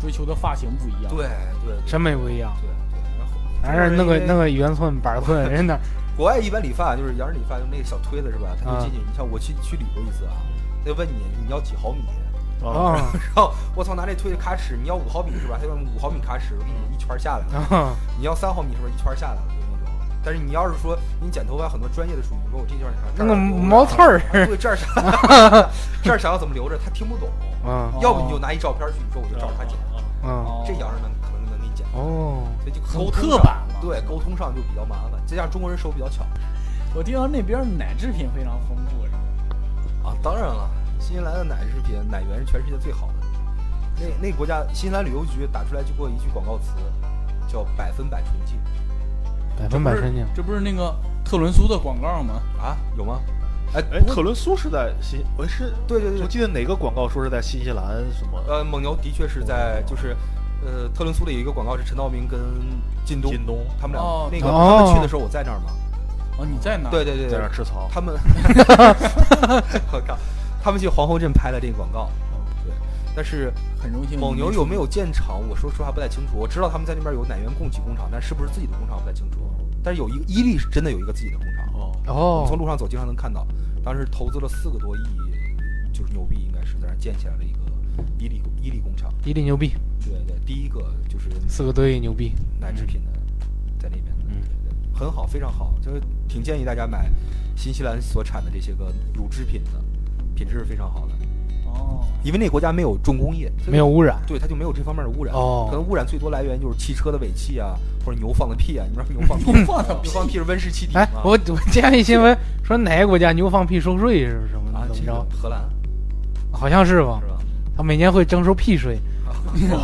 追求的发型不一样。
对对对
审美不一样，
对对，然后
还是弄个
因为
弄个圆寸板寸，人家
国外一般理发就是洋人理发，就那个小推子是吧？他
啊
就进去，你像我去去理过一次啊，他就问你你要几毫米，
那儿啊
然后我操拿那推子咔哧，你要五毫米是吧？他就五毫米咔哧，我给你一圈儿下来了。
啊
你要三毫米是不是一圈儿下来了就那种？但是你要是说你剪头发很多专业的术语，你说我这圈儿想要这
那
儿
个
留着
毛刺儿
啊对这儿想 这儿想要怎么留着，他听不懂。
啊
要不你就拿一照片去，你说我就照着他剪，
哦
啊
这洋人能可能能给你剪，
哦，
所以就
很
沟通
刻
上
板了
对，沟通上就比较麻烦，再加上中国人手比较巧
我听说那边奶制品非常丰富，是吧？
啊。当然了，新西兰的奶制品奶源是全世界最好的。那那个国家新西兰旅游局打出来就过一句广告词，叫百分百纯净
百分百
这不是
纯净。
这不是那个特仑苏的广告吗？
啊，有吗？哎
哎，特伦苏是在新，我是
对对对
我记得哪个广告说是在新西兰什么？
呃，蒙牛的确是在就是，呃，特伦苏的有一个广告是陈道明跟靳东，
靳东
他们俩、
哦
那个
哦
他们去的时候我在那儿嘛，
哦，你在哪？
对，对对
在
对
那儿，吃草。
他们， 我靠，他们去皇后镇拍的这个广
哦
告，对，但是。
很荣幸。
蒙牛有没有建厂？我说实话不太清楚。我知道他们在那边有奶源供给工厂，但是不是自己的工厂我不太清楚。但是有一个伊利是真的有一个自己的工厂，
哦，
我们从
哦，
路上走经常能看到。当时投资了四个多亿，就是牛逼，应该是在那儿建起来了一个伊利伊利工厂。
伊利牛逼，
对对，第一个就是
四个堆牛逼，
奶制品的，在那边的，
嗯
对对很好，非常好，就是挺建议大家买新西兰所产的这些个乳制品的，品质是非常好的，
哦，
因为那个国家没有重工业，它就
没有，污染。
对，它就没有这方面的污染，
哦
可能污染最多来源就是汽车的尾气啊，或者牛放的屁啊，你们知道牛放
牛放的屁
牛放屁是温室气体吗
哎，？我我见一新闻说哪个国家牛放屁收税是什么
啊，
的，怎
这
么着？哦
个荷兰
好像是吧
是？吧？
他每年会征收屁税，
啊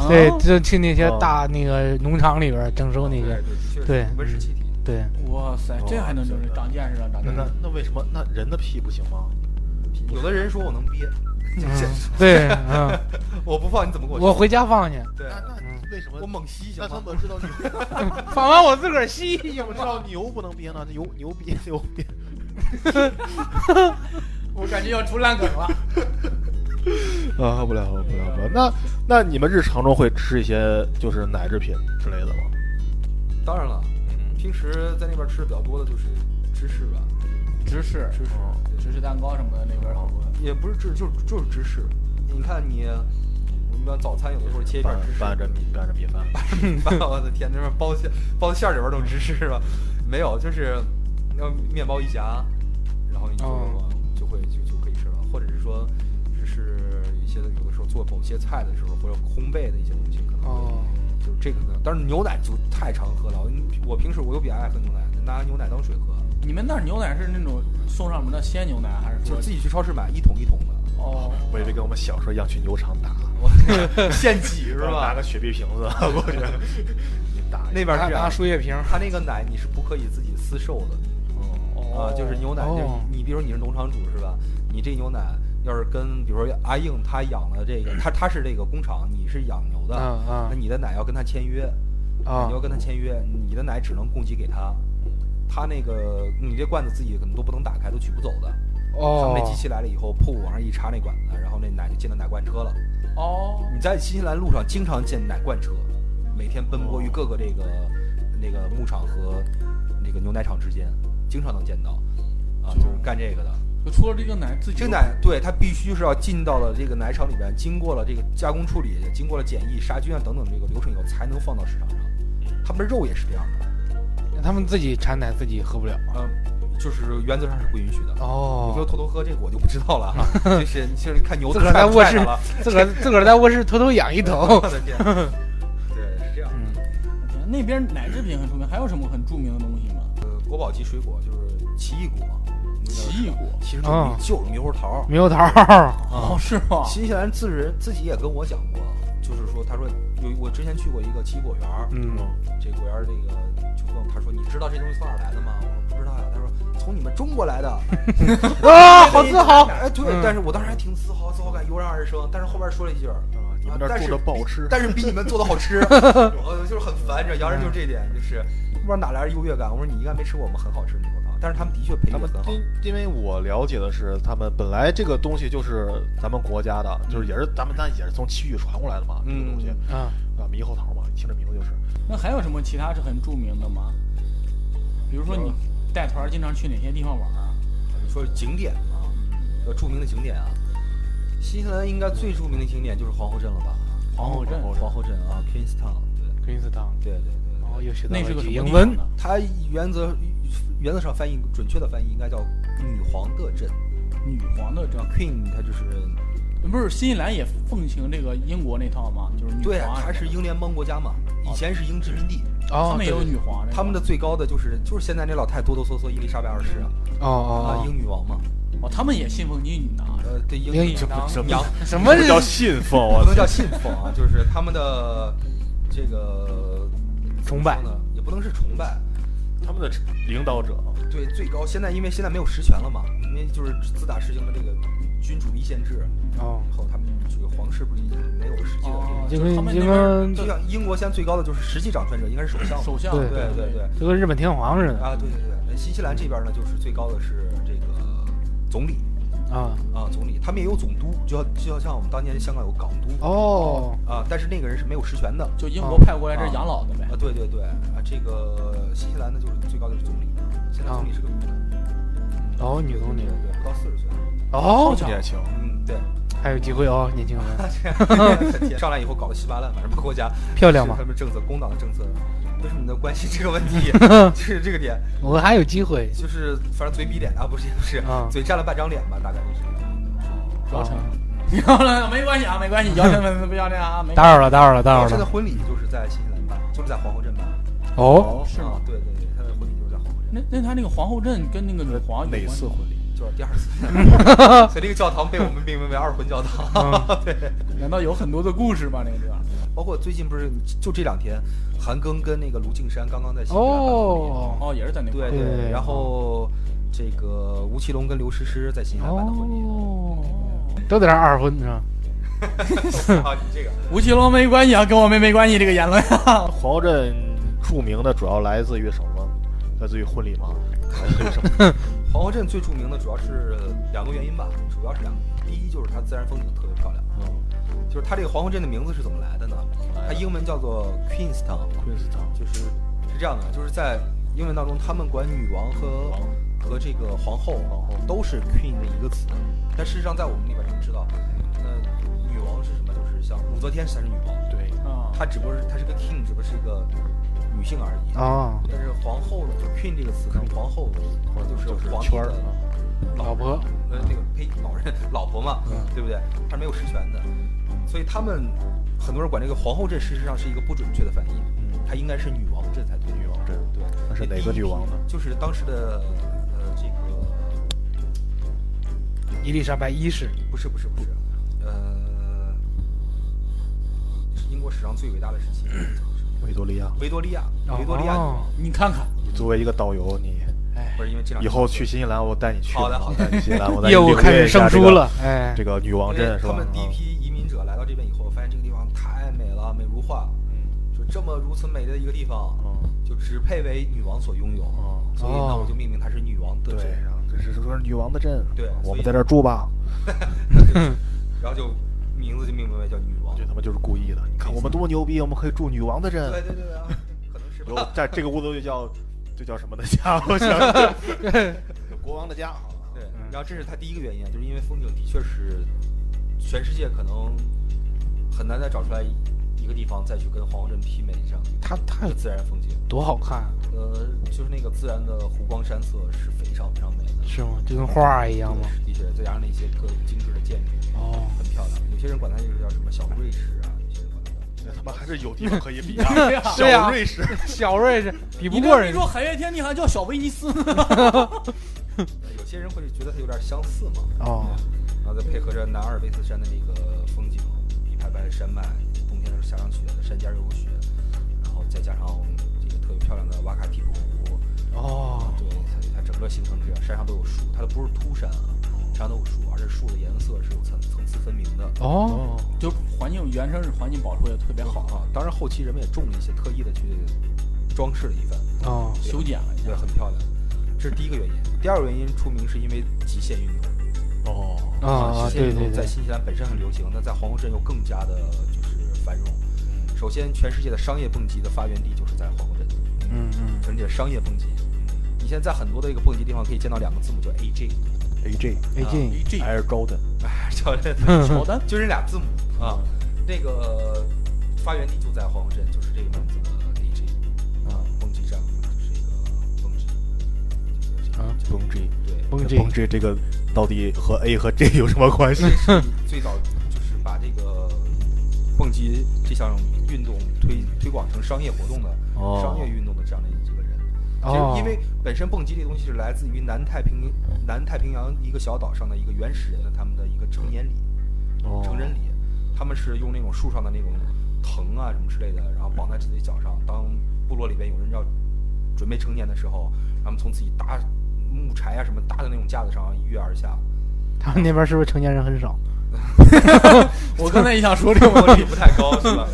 对，就去那些
哦
大那个农场里边儿征收那
对
些，
对，的确是
对
温室气体。
对，
哇塞，
哦
这还能整
哇塞
长见识了，长见
那
识
那
了。
那为什么那人的屁不行吗？
有的人说我能憋，
嗯，对，嗯，
我不放你怎么给
我
我
回家放去，
对，啊嗯
那那为什么
我？猛吸行
那他
吗？
们知道牛，
放完我自个儿吸，
怎么知道牛不能憋呢？牛牛憋牛憋，
嗯
我感觉要出烂梗 了。
啊，不聊了，不聊了。那那你们日常中会吃一些就是奶制品之类的吗？
当然了，平时在那边吃的比较多的就是芝士吧，
芝士，哦
芝士，对
芝士蛋糕什么的那边好多。
也不是芝，就是就是芝士。你看你，我们早餐有的时候切一片
拌
芝士，
拌着米拌着米饭，
拌我的天，那边包馅包馅里边都芝士吧？没有，就是要面包一夹，然后你就、
哦
就会就就可以吃了，或者是说，只是一些有的时候做某些菜的时候或者烘焙的一些东西，可能会
哦，
就是这个呢。但是牛奶就太常喝了，我平时我又比较爱喝牛奶，拿牛奶当水喝，
你们那儿牛奶是那种送上门的鲜牛奶，还是
就
说
是自己去超市买一桶一桶的。
哦，
我以为跟我们小时候一样去牛场打，
我 现挤是
拿
吧
个？雪碧瓶子 过去， 你打一
那边
拿
是这
拿
样，
输液瓶儿，
他那个奶你是不可以自己私售的
哦
啊，就是牛奶，就是
哦
你比如你是农场主是吧？你这牛奶要是跟比如说阿硬他养了这个，他他是这个工厂，你是养牛的，
嗯嗯
那你的奶要跟他签约，
啊
你要跟他签约，你的奶只能供给给他，他那个你这罐子自己可能都不能打开，都取不走的。他们那机
哦，
器来了以后，噗往上一插那管子，然后那奶就进了奶罐车了。
哦，
你在新西兰路上经常见奶罐车，每天奔波于各个这个、那个牧场和那个牛奶厂之间，经常能见到，啊，就是干这个的。
就除了这个奶，自己
这个奶对它必须是要进到了这个奶厂里边，经过了这个加工处理，经过了检疫、杀菌啊等等这个流程以后，才能放到市场上。他们的肉也是这样的，
他们自己产奶自己喝不了，
嗯、就是原则上是不允许的。你说
哦，
偷偷 喝这个我就不知道了哈，就是你就是看牛
自个儿在
踹不
卧
踹
室
它了，
自个儿自个儿在卧室偷偷养一头
我，的天，对，是这样。
嗯，
天那边奶制品很出名，还有什么很著名的东西吗？
呃，国宝级水果就是奇异果，
奇异果
其实
啊
就是猕猴桃。
猕猴桃儿，
哦，是吗？
新西兰自人自己也跟我讲过，就是说，他说有我之前去过一个奇异果园儿，
嗯，
这果园儿这个就问我他说你知道这东西从哪儿来的吗？我说不知道呀。他说从你们中国来 的，
啊，好自豪，
哎，对，
嗯
但是我当时还挺自豪，自豪感油然而生。但是后边说了一句儿，
啊，你
啊
们这
但
儿
是
做的不好吃，
但是比你们做的好 吃，我就是很烦。这洋人就是这点，就是不知道哪来的优越感。我说你应该没吃过我们很好吃的猕猴桃，但是他们的确配
他
的
们
很好。
因因为我了解的是，他们本来这个东西就是咱们国家的，就是也是咱们咱也是从西域传过来的嘛，这个东西
嗯
啊，
啊，猕猴桃嘛，听着名字就是。
那还有什么其他是很著名的吗？比如说你带团儿经常去哪些地方玩儿啊？嗯
你说景点啊，呃，著名的景点啊，新西兰应该最著名的景点就是皇后镇了吧？
皇后镇，
皇后镇啊，Queenstown，
格林斯坦，
对对对对
哦，
对。
又学到
那是
了
个
句
什么
英
地
文
方，呢？
它原则原则上翻译准确的翻译应该叫女皇的镇
女皇的镇，
，Queen 它就是
不是新西兰也奉行这个英国那套吗？就是女
对，
皇啊
它
什
是哦
么的，
英联邦国家嘛，以前是英殖民地，
他
哦，
们也
对
有女皇这个，
他们的最高的就是就是现在那老太哆哆嗦嗦伊丽莎白二世啊，
哦
啊
哦
英女王嘛，
哦，他们也信奉英语呢。
呃，对英
英
女
语
什么
王
什么
娘
哦，什么
这叫信奉
不能
啊？
叫信奉啊， 就是他们的这个
崇拜
怎么说呢，也不能是崇拜。
他们的领导者
对，最高现在因为现在没有实权了嘛，因为就是自打实行了这个君主立宪制
哦，
以后，他们这个皇室不是已经没有实际的
哦，
这
就
就
跟
是他们
就
那边
跟
个，就像英国现在最高的就是实际掌权者应该是首相嘛，
首相，
对
对对对，啊
就跟日本天皇似的，
啊对对对，那新西兰这边呢就是最高的是这个总理，
啊，
啊，总理，他们也有总督，就要就要像我们当年香港有港督
哦，
啊，但是那个人是没有实权的
就英国派过来这儿
啊
养老的呗
啊，。对对对啊，这个新西兰的就是最高就是总理，现在总理是个女的，
哦，女总理
对，对，不到四十岁，
哦，
年轻，
嗯，对，
还有机会哦，年轻 人，
上来以后搞得稀巴烂，反正把国家
漂亮吗
是他们政策，工党的政策，为什么你要关心这个问 题？就是这个点，
我还有机会，
就是反正嘴比脸啊，不是不是
啊，
嘴占了半张脸吧，大概就是。
姚晨，你要了 没关系啊，没关系，姚晨粉丝不要这样啊，没
打扰了，打扰了，打
老
扰
师的
了，
婚礼就是在新西兰办，就是在皇后镇办。
哦，
是
啊
吗？
对对对，他的婚礼就是在皇后镇，
那那他那个皇后镇跟那个女皇有
哪
关系
次婚
吗？
礼？
就是第二次。 所以这个教堂被我们命名为二婚教堂。
嗯
对，
难道有很多的故事吗？那个地方
包括最近不是就这两天，韩庚跟那个卢靖姗刚刚在新西兰办婚
哦，
哦，也是在那
礼。
块
对
儿。
对
对，然后这个吴奇隆跟刘诗诗在新西兰办的婚 礼。
哦，都得让二婚是吧？
啊，你这个
吴奇隆没关系啊，跟我们没关系这个言论 啊。
皇后镇著名的主要来自于什么？来自于婚礼吗？来自于什 么？
皇后镇最著名的主要是两个原因吧，主要是两个。第一就是它自然风景特别漂亮，就是它这个皇后镇的名字是怎么来的呢？它英文叫做 Queenstown。
Queenstown
就是是这样的，就是在英文当中，他们管女王和
王
和这个皇后，皇后都是 queen 的一个词，但事实上在我们那边都知道，那女王是什么？就是像武则天才是女王，
对，啊
她啊只不过是她是个 king，只不过是个女性而已。
哦，
但是皇后呢，就 queen 这个词，跟皇后或者就是
就是
皇帝
圈儿
的
啊
老婆，
呃，那个呸，老人老婆嘛，
嗯
对不对？她是没有实权的，所以他们很多人管这个皇后镇事实上是一个不准确的翻译，
嗯
它应该是女王镇才对。
女王镇
对，呃
那是哪个女王呢？
就是当时的呃这个
伊丽莎白一世，
不是不是不是，呃，是英国史上最伟大的时 期，
维多利亚。
维多利亚，
哦
维多利亚女王，
你看看，
你作为一个导游，你
不是因为这两
哎以
天
后去新西兰，我带你去。
好的好的
带你去新西兰，我带你
业务
领略
开始
一下
生
这
疏
个
了，哎
这，个女王
因为
镇是
他
吧？
们第一
嗯
批移民者来到这边以后，发现这个地方太美了，美如画，就这么如此美的一个地方，
嗯
就只配为女王所拥有，
嗯，
所以呢，我就命名它是女王的
对
镇，，
然后这是说是女王的镇，
对
我
所以
们在这儿住吧。
然后就名字就命名为叫女王
这，他妈就是故意的。你看我们多牛逼，我们可以住女王的镇
对。对对啊，可能是吧。
有在这个屋子就叫就叫什么的家，我想国王的家啊好了。
对，然后这是他第一个原因，就是因为风景的确是全世界可能很难再找出来一个地方再去跟皇后镇媲美上去。
它它
这自然风景，
多好看啊，
呃，就是那个自然的湖光山色是非常非常美的，
是吗？就跟花儿一样吗？
的确，再加上那些各种精致的建筑，
哦，
很漂亮。有些人管它就是叫什么小瑞士啊，有些人管它叫
那他妈还是有地方可以比啊
对啊！
小瑞士，
小瑞士
你
比不过
你
人家
说海月天地好像叫小威尼斯 呢，
呃，有些人会觉得它有点相似嘛。
哦，
然后再配合着南阿尔卑斯山的那个风景，一排排的山脉，冬天的时候下上雪，山间又有雪，然后再加上这个特别漂亮的瓦卡提普湖，
哦，
对，所以它整个形成这样，山上都有树，它都不是秃山啊，山上都有树，而且树的颜色是有层层次分明的。
哦，
就环境原生环境保护也特别好啊，
啊，当然后期人们也种了一些，特意的去装饰了一番，
哦，
修剪了一下
对，。很漂亮。这是第一个原因，第二个原因出名是因为极限运动。
哦，
啊啊，
极限
对
运
对
动在
对，
新西兰本身很流行，那在皇后镇又更加的就是繁荣。首先，全世界的商业蹦极的发源地就是在皇后镇，
嗯嗯，
全世界商业蹦极。你现在在很多的一个蹦极地方可以见到两个字母叫 AJ，
，AJ
没劲，
这
Air Jordan，
哎，叫这
乔丹
就这俩字母啊。那个发源地就在皇后镇，就是这个名字的 AJ 啊，蹦极站就是一个蹦极，就是这个
啊
蹦 G，
对，
蹦极
蹦 G 这个到底和 A 和 J 有什么 关系？
这是最早就是把这个蹦极这项运动推推广成商业活动的、
哦
商业运动的这样的一个人。其
哦
实，因为本身蹦极这个东西是来自于南太平南太平洋一个小岛上的一个原始人的他们的一个成年礼、
哦
成人礼，他们是用那种树上的那种藤啊什么之类的，然后绑在自己脚上。当部落里边有人要准备成年的时候，他们从自己搭木柴啊什么搭的那种架子上一跃而下。
他们那边是不是成年人很少？
我刚才也想说 这个
我
问
理
题，
不太高是吧？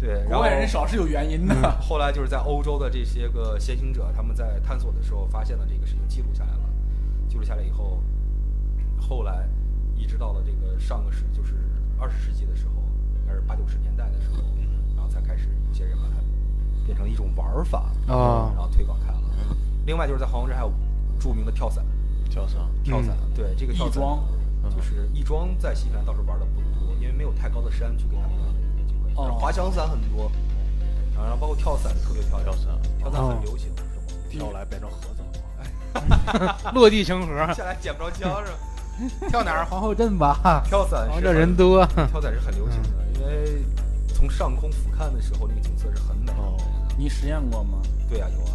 对，然
国
后嗯
外人少是有原因的。
后来就是在欧洲的这些个先行者，他们在探索的时候发现了这个事情，记录下来了。记录下来以后，后来一直到了这个上个世就是二十世纪的时候，应该是八九十年代的时候，然后才开始有些人把它变成一种玩儿法
啊
然后推广开了。另外就是在黄龙这还有著名的跳伞，
跳伞，
跳伞，
嗯
对这个跳伞
亦庄
就是亦庄在西南倒是玩的不多，因为没有太高的山去给他们玩的一个机会。但是滑翔伞很多，啊然后包括跳伞特别漂亮，
跳伞
跳伞
哦
很流行，是吗？
跳来变成盒子了。
落地成盒，
下来捡不着枪是吧？
跳哪儿？皇后镇吧，
跳伞是
皇后
很
镇哦人多。啊嗯
跳伞是很流行的，因为从上空俯瞰的时候，那个景色是很美的。
哦，
你实验过吗？
对啊，有啊，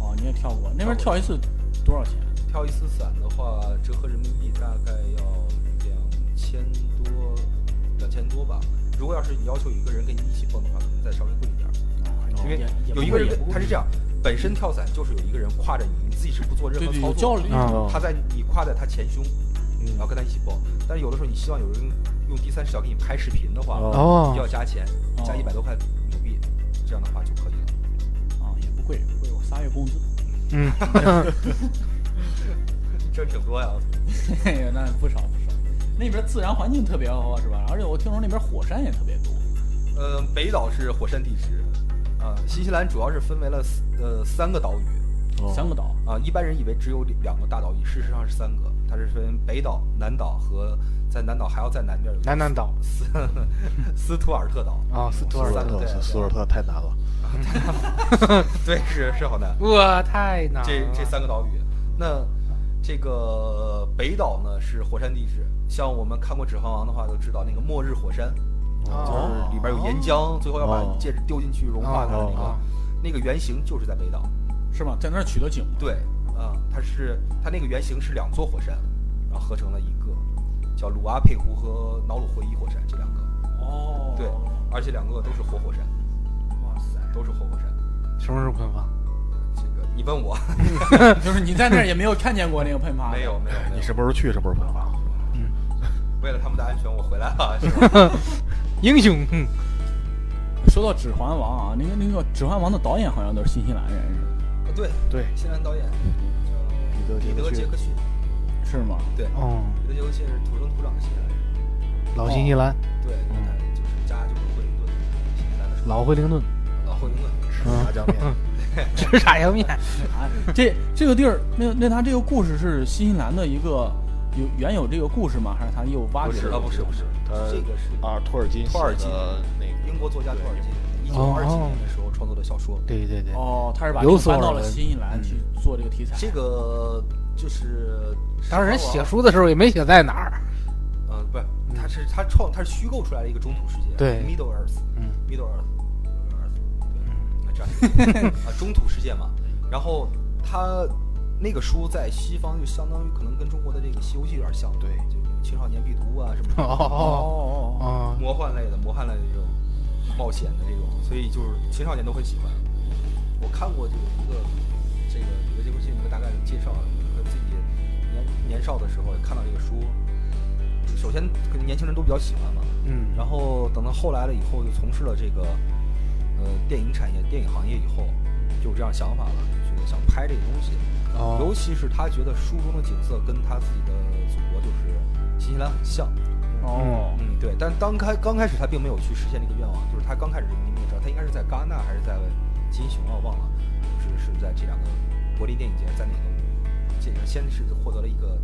哦，你也跳过，那边
跳
跳一次多少钱？啊
跳一次伞的话，折合人民币大概要两千多，两千多吧。如果要是你要求有一个人跟你一起蹦的话，可能再稍微贵一点儿，
哦
因为
也也
有
不
一个
贵
人
也不贵
他是这样，本身跳伞就是有一个人挎着你，你自己是不做任
对
何
对
操
有教
作的，
练
啊
他在你挎在他前胸，然后跟他一起蹦。但是有的时候你希望有人用第三视角给你拍视频的话，
哦
哦
就要加钱，加
哦
一百多块纽币，这样的话就可以了。
啊，也不贵，也不贵我仨月工资。
嗯，
挣挺多呀，我操
哎呀， 那不少不少。那边自然环境特别好，啊是吧？而且我听说那边火山也特别多。
呃，北岛是火山地质，啊、新西兰主要是分为了四呃三个岛屿，
哦
三个岛，
啊、一般人以为只有两个大岛屿，事实上是三个，它是分北岛、南岛和在南岛还要在南边有一个
南南岛
斯 斯图尔特岛，
啊，斯图尔
斯
特，
图尔特，
对
斯图尔特太难了。
对，是是好难，
我太难了。
这这三个岛屿，那这个北岛呢是火山地质，像我们看过《指环王》的话都知道那个末日火山，就是
哦
里边有岩浆，最后要把
哦
戒指丢进去融化它那个
哦，
那个原型就是在北岛。
是吧？在那儿取的景吗？
对，啊、它是它那个原型是两座火山，然后合成了一个叫鲁阿佩湖和瑙鲁霍伊火山这两个，
哦
对，而且两个都是活火山，
哇塞，
都是活火山。
什么时候喷发？
这个你问我
就是你在那儿也没有看见过那个喷发，
没有。没有没
你
有，
什么时候去？什么时候啊喷发？
嗯
为了他们的安全我回来了，是吧？
英雄，嗯
说到《指环王》啊，那个那个《指环王》的导演好像都是新西兰人，
哦对，
对，
新兰导演
彼得
叫彼
杰克
得
逊
杰克逊，
是是吗？
对，
哦，
彼得杰克逊是土生土长的新西兰人，
老新西兰，
对，他就是家就是惠灵顿，新西兰的
老惠灵 顿，
老惠灵顿，
吃炸酱 面。
吃炸酱面。
啊，这这个地儿，那那他这个故事是新西兰的一个有原有这个故事吗？还是他又挖
不
掘
是
的
啊，？不是不是，
他
这个是
啊，托尔金写
托尔金
的那个
英国作家托尔金，一九二几
哦
年的时候创作的小说。
对对对，
哦，他是把这
有
个
所
搬到
耳
了
闻
新西兰去做这个题材。
嗯这个就是，
当时人写，书的时候也没写在哪儿。
嗯、不是，他是他创，他是虚构出来的一个中土世界，
对
，Middle Earth，
嗯
，Middle Earth，Earth，对，那这 样啊，中土世界嘛。
嗯
然后他那个书在西方就相当于可能跟中国的这个《西游记》有点像，
对
就青少年必读啊什么的，
哦
哦哦
哦
魔幻类的、魔幻类的这种冒险的这种，所以就是青少年都会喜欢。我看过就有一个这个有个杰克逊一个大概的介绍，和自己年年少的时候也看到这个书，首先可能年轻人都比较喜欢嘛，
嗯，
然后等到后来了以后，就从事了这个呃电影产业、电影行业以后，就有这样想法了，就觉得想拍这个东西。
哦
尤其是他觉得书中的景色跟他自己的祖国就是新西兰很像，
哦，
嗯，对，但当开刚开始他并没有去实现这个愿望，就是他刚开始你们也知道，他应该是在戛纳还是在金熊啊，我忘了，就是是在这两个柏林电影节，在哪个这个先是获得了一个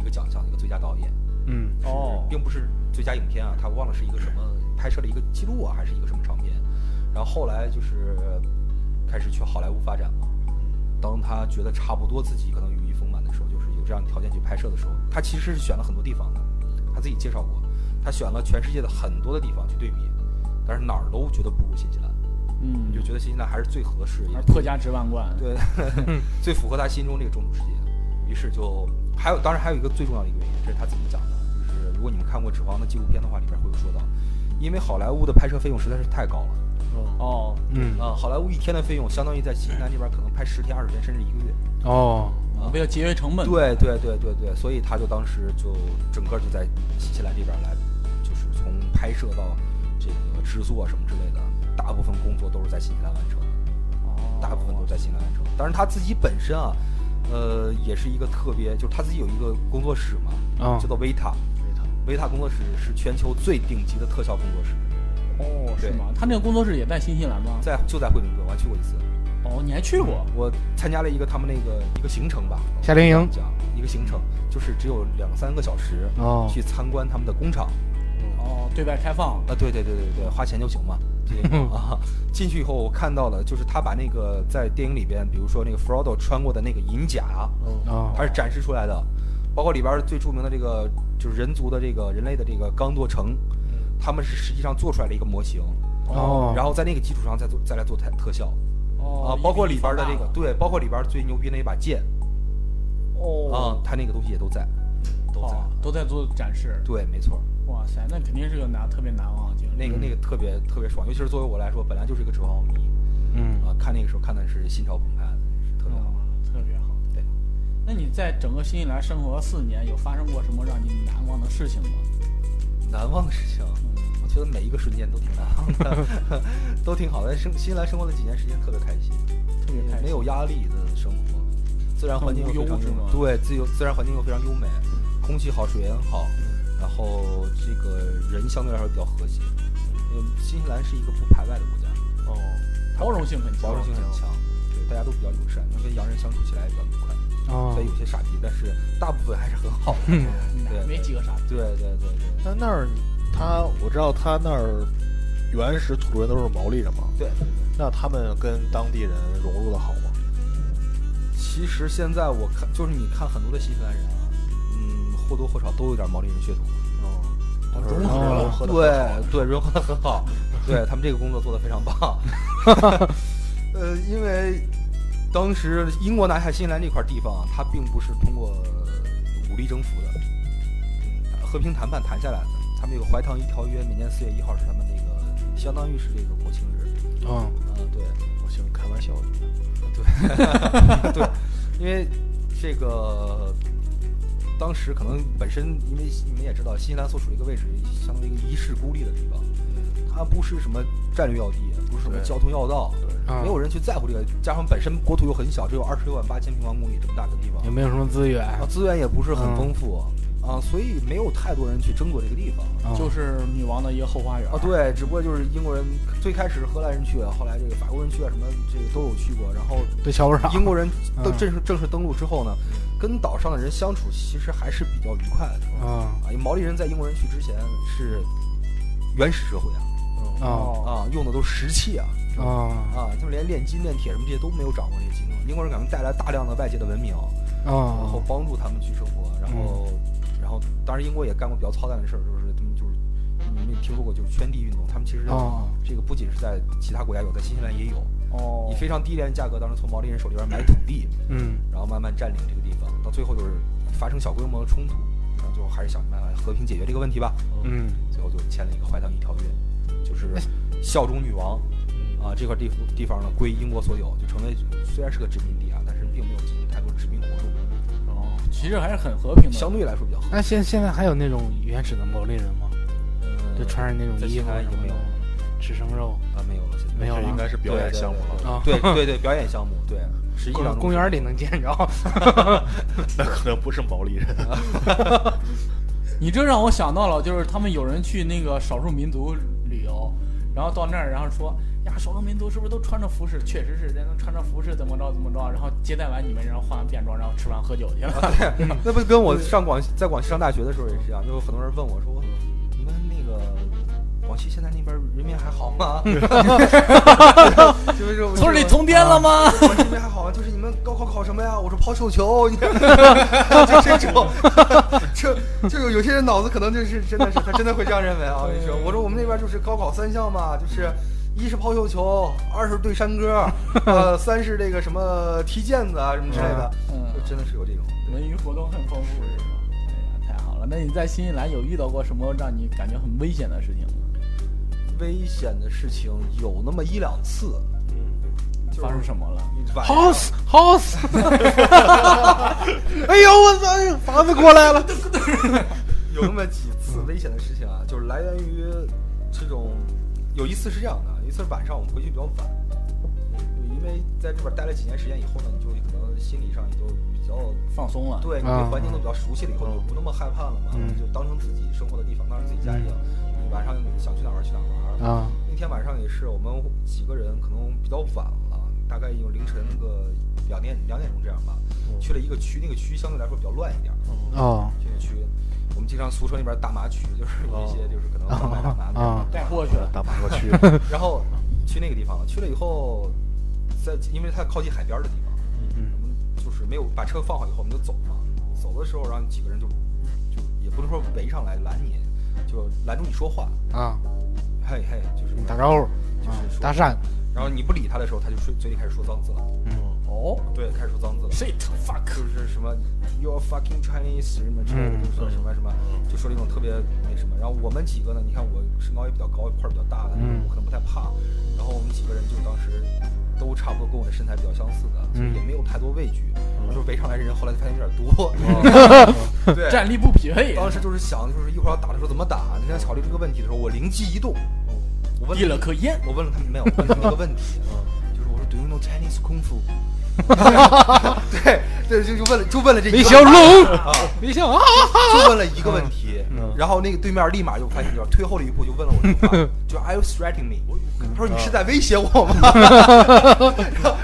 一个奖项，一个最佳导演，
嗯
是
哦
并不是最佳影片啊，他忘了是一个什么拍摄了一个记录啊，还是一个什么长片，然后后来就是开始去好莱坞发展嘛。当他觉得差不多自己可能羽翼丰满的时候，就是有这样的条件去拍摄的时候，他其实是选了很多地方的，他自己介绍过，他选了全世界的很多的地方去对比，但是哪儿都觉得不如新西兰，
嗯，
你就觉得新西兰还是最合适，也
而
是
破家值万贯。
对，
嗯
最符合他心中这个中土世界。于是就还有，当然还有一个最重要的一个原因，这是他自己讲的，就是如果你们看过《指环王》的纪录片的话，里边会有说到，因为好莱坞的拍摄费用实在是太高了，
哦，
嗯
啊、好莱坞一天的费用相当于在新西兰这边可能拍十天、二十天甚至一个月。
哦
啊
嗯为了节约成本。
对对对对对，所以他就当时就整个就在新西兰这边来，就是从拍摄到这个制作啊什么之类的，大部分工作都是在新西兰完成的。
哦，
大部分都在新西兰城。当然他自己本身啊，呃，也是一个特别，就是他自己有一个工作室嘛，
啊
叫做维塔，
维塔
维塔工作室是全球最顶级的特效工作室，
哦，是
对
吗？他那个工作室也在新西兰吗？
在就在惠灵顿，我还去过一次，
哦，你还去过？
我夏参加了一个他们那个一个行程吧，
夏令营
讲一个行程，就是只有两三个小时
哦
去参观他们的工厂。嗯
哦，对外开放。
啊，对对对对对，花钱就行嘛，这个啊。进去以后，我看到了，就是他把那个在电影里边，比如说那个 Frodo 穿过的那个银甲，
嗯
啊
它是展示出来的，包括里边最著名的这个就是人族的这个人类的这个刚铎城，他们是实际上做出来了一个模型，
哦，
然后在那个基础上再做再来做特特效啊
哦，，
包括里边的
一
这个
放大
对，包括里边最牛逼的那把剑啊
哦，，
它那个东西也都在，啊都在
哦，都在做展示。
对，没错。
哇塞，那肯定是个难特别难忘的经历。
那个那个特别特别爽，尤其是作为我来说，本来就是一个指环王迷，
嗯
啊，看那个时候看的是心潮澎湃的，是特别好。
嗯特别好。
对，
那你在整个新西兰生活四年，有发生过什么让你难忘的事情吗？嗯
难忘的事情，我觉得每一个瞬间都挺难忘的， 都挺好的。生新西兰生活的几年时间特别开心，
特别开心
没有压力的生活，自然环境又非
很
常
无忧是吗
对，自由自然环境又非常优美，
嗯
空气好，水源好，然后这个人相对来说比较和谐。
嗯
因为新西兰是一个不排外的国家，
哦，
包容性很强，
包容性很强，对大家都比较友善，能跟洋人相处起来也比较愉快。
哦
虽然有些傻逼，但是大部分还是很好的。
嗯
嗯对，
没几个傻逼。
对对对对
那那儿他我知道他那儿原始土著人都是毛利人嘛，
对。
那他们跟当地人融入的好吗？
其实现在我看，就是你看很多的新西兰人啊，嗯，或多或少都有点毛利人血统。
哦，
融合了
合的
对对，融合的很好，对他们这个工作做得非常棒。 呃，因为当时英国拿下新西兰这块地方，啊它并不是通过武力征服的，嗯，和平谈判谈下来的。他们有个怀唐伊条约，每年四月一号是他们那个，相当于是这个国庆日。
哦
啊、对，
我喜欢开玩笑，
对，对，因为这个当时可能本身，因为你们也知道，新西兰所处的一个位置，相当于一个遗世孤立的地方，它不是什么战略要地，不是什么
对
交通要道，
啊
没有人去在乎这个。加上本身国土又很小，只有二十六万八千平方公里这么大个地方
也，没有什么资源
啊，资源也不是很丰富、啊，所以没有太多人去争夺这个地方。
哦
就是女王的一个后花园
啊，，对，只不过就是英国人最开始荷兰人去，后来这个法国人去啊，什么这个都有去过，然后
对小不少
英国人
嗯
登正式正式登陆之后呢，跟岛上的人相处其实还是比较愉快的
啊
啊。因为毛利人在英国人去之前是原始社会啊，
啊
哦，
啊，用的都是石器啊，
啊
啊，他们连炼金、炼铁什么这些都没有掌握这些技能。英国人给他们带来大量的外界的文明，然后
啊
帮助他们去生活，然后，
嗯
然后，当然英国也干过比较操蛋的事儿，就是他们就是你们也听说过，就是圈地运动，他们其实
哦
这个不仅是在其他国家有，在新西兰也有，
哦，
以非常低廉的价格，当时从毛利人手里边买土地，
嗯
然后慢慢占领这个地方，到最后就是发生小规模的冲突，然后就还是想办法和平解决这个问题吧。，
嗯
最后就签了一个怀唐伊条约，就是
哎
效忠女王
嗯
啊，这块地地方呢归英国所有，就成为虽然是个殖民地啊，但是并没有进行太多殖民活动，
哦，其实还是很和平的，
相对来说比较合
那现现在还有那种原始的毛利人吗？
呃
就穿着那
在
种衣
新
服
西兰已
什
经
么
没有
的
了，
吃生肉
啊，没有了，现在
没有
这
了
应该是表演项目了，
啊
对对对对 对，表演项目对，实际上
公公园里 能见着。
那可能不是毛利人，
你这让我想到了，就是他们有人去那个少数民族旅游，然后到那儿，然后说呀，少数民族是不是都穿着服饰？确实是，人家穿着服饰怎么着怎么着，然后接待完你们，然后换完便装，然后吃完喝酒去
啊
了。
那不跟我上广在广西上大学的时候也是一样，就有很多人问我说，你们那个广西现在那边人民还好 吗？ 就是我
村里通电了吗？
我说人民还好吗？就是你们高考考什么呀？我说抛绣球， 你就这种，这就有些人脑子可能就是真的是他真的会这样认为啊！我跟你说，我说我们那边就是高考三项嘛，就是。一是抛绣球，二是对山歌，呃，三是这个什么踢毽子啊，什么之类的，
嗯
就真的是有这种。对
文娱活动很丰富，是吗？哎呀，太好了！那你在新西兰有遇到过什么让你感觉很危险的事情吗？
危险的事情有那么一两次，就是
发生什么了？
晚上
House House，哎 呦我操，哎呦房子过来了。
有那么几次
嗯
危险的事情啊，就是来源于这种。有一次是这样的，有一次晚上我们回去比较晚，有一嗯因为在这边待了几年时间以后呢，你就可能心理上也就比较
放松了。
对你对
啊
环境都比较熟悉了以后，你就不那么害怕了嘛，
嗯
就当成自己生活的地方，当成自己家一样。你晚上想去哪儿玩儿去哪儿玩儿。
啊，
那天晚上也是我们几个人，可能比较晚了，大概有凌晨个两点两点钟这样吧，
嗯
去了一个区，那个区相对来说比较乱一点儿，
哦，
这个区。我们经常俗称那边大麻区，就是有一
哦
些就是可能贩卖大麻的地方
啊
带货去了，
大马过 去，
然后去那个地方，去了以后，在因为它靠近海边儿的地方，
嗯
我们就是没有把车放好以后，我们就走嘛。走的时候，然后几个人就就也不能说围上来拦你，就拦住你说话，
啊，
嘿嘿，就是
打招呼，
就
啊
是说
搭讪，
然后你不理他的时候，他就说嘴里开始说脏字了，
嗯，
哦
对，开始说脏字了。
，shit fuck，
就是什么 your fucking Chinese 什么之类的，
嗯
就是说什么什么，就说那种特别那什么。然后我们几个呢，你看我身高也比较高，块儿比较大的，
嗯
我可能不太怕。然后我们几个人就当时都差不多跟我的身材比较相似的，所以
嗯
也没有太多畏惧。就是围上来的人，后来发现有点 多，对。
战力不匹
啊
配，
当时就是想，就是一会儿要打的时候怎么打。你在考虑这个问题的时候，我灵机一动，
嗯
我问
递了颗烟，
我问了他们没有，我问了他们一个问 题，就是我说 Do you know Chinese kung fu？对对，就就问了就问了这一
李
个
小 龙，
啊，
李小啊，
就问了一个问题
嗯，
然后那个对面立马就发现，就是退后了一步，就问了我一句 话，就 Are you threatening me？他
嗯
说你是在威胁我吗？ 然后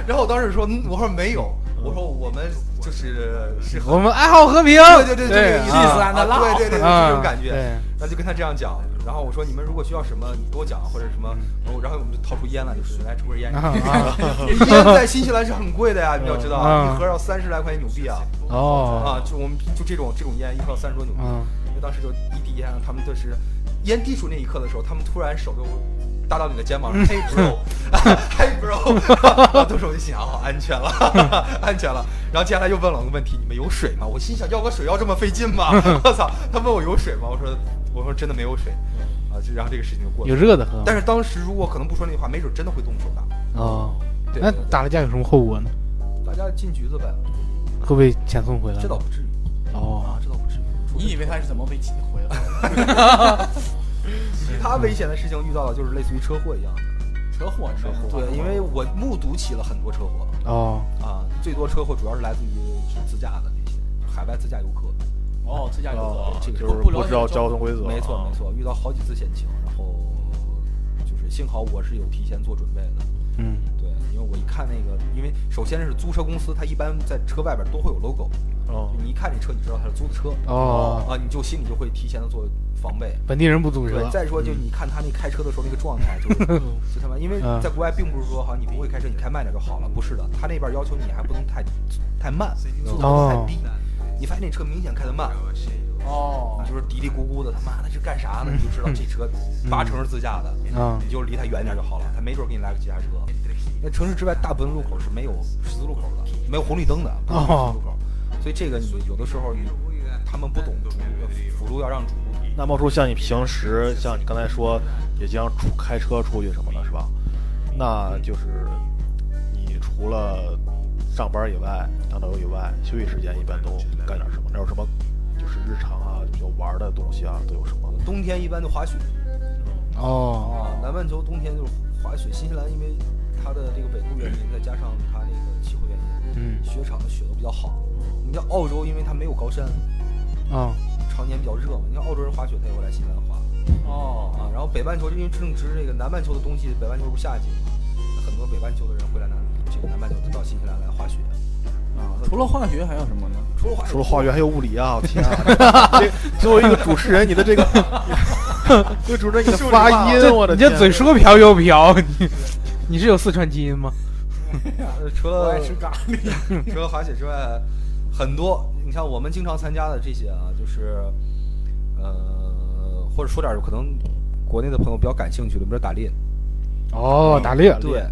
然后我当时说，嗯我说没有，我说我们就是是很
我们爱好和平，
对对对，这个意思
啊
啊
对对对，对
啊
就这种感觉
对。
然后就跟他这样讲，然后我说你们如果需要什么，你给我讲或者什么，然后然后我们就掏出烟来，就是来抽根烟。
啊啊
烟在新西兰是很贵的呀，你要知道，
啊
一盒要三十来块钱纽币啊。
哦，
啊，就我们就这种这种烟，一盒三十多纽币。
嗯
因为当时就一滴烟，他们就是烟滴出那一刻的时候，他们突然手就搭到你的 肩膀上，嘿 bro，嘿 bro，然后 当时我就心想，哦，安全了， 安全了。然后接下来又问了我个问题，你们有水吗？我心想，要个水要这么费劲吗？ 我操！他问我有水吗？我说，我说真的没有水。啊，就然后这个事情就过
嗯
去
有
了。
热的喝吗，
但是当时如果可能不说那句话，没准真的会动手打。
哦，
对
那
对对
打了架有什么后果呢？
大家进局子呗，
会不会遣送回来？
这倒不至于
哦，
啊，这倒不至于。
你以为他是怎么被挤回来的？
其他危险的事情遇到的就是类似于车祸一样的。
车祸，车祸
对，因为我目睹起了很多车祸
哦，
啊，最多车祸主要是来自于是自驾的这些海外自驾游客。
哦，自驾游
哦
客，
就
这
是
个
不
了
知
解
道交通规则，啊
没错没错，遇到好几次险情，然后就是幸好我是有提前做准备的。
嗯，
对，因为我一看那个，因为首先是租车公司，它一般在车外边都会有 logo，
哦
就你一看这车，你知道它是租的车，
哦
啊，你就心里就会提前的做防备。
本地人不组
对，
车，
再说就你看他那开车的时候那个状态， 就是就他妈，因为
嗯
在国外并不是说好像你不会开车，你开慢点就好了，不是的，他那边要求你还不能太太慢，
嗯
速度不能太低。你发现那车明显开的慢，
哦
你，就是嘀嘀咕咕的，他妈的这干啥呢？你就知道这车八成是自驾的，
嗯
你就离他远点就好了，他没准给你来个急刹车。那城市之外大部分路口是没有十字路口的，没有红绿灯的，不
哦
是十字路口，所以这个你有的时候你他们不懂主辅路要让主路。
那冒出像你平时像你刚才说，也经常出开车出去什么的，是吧？那就是你除了上班以外、当导游以外，休息时间一般都干点什么？那有什么就是日常啊，就玩的东西啊，都有什么？
冬天一般就滑雪，
哦，
啊，南半球冬天就是滑雪，新西兰因为它的这个纬度原因，再加上它那个气候原因，
嗯，
雪场的雪都比较好。你像澳洲，因为它没有高山，
啊，
常年比较热嘛，你像澳洲人滑雪，他也会来新西兰滑
哦，
啊。然后北半球因为正值这个南半球的冬季，北半球不是夏季嘛，那很多北半球的人会来南这个南半球到新西兰来滑雪。
啊除了化学还有什么呢？
除了滑雪，
除了化学还有物理啊！我天啊！这作为一个主持人，你的这个， 作为主持人你的发音，我的
你这
天啊
嘴说飘又飘，你你是有四川基因吗？
呃除
我
了
爱吃咖喱。
除了滑雪之外，很多你像我们经常参加的这些啊，就是呃，或者说点儿可能国内的朋友比较感兴趣的，比如说打猎。呃
哦，打
嗯
猎，
对，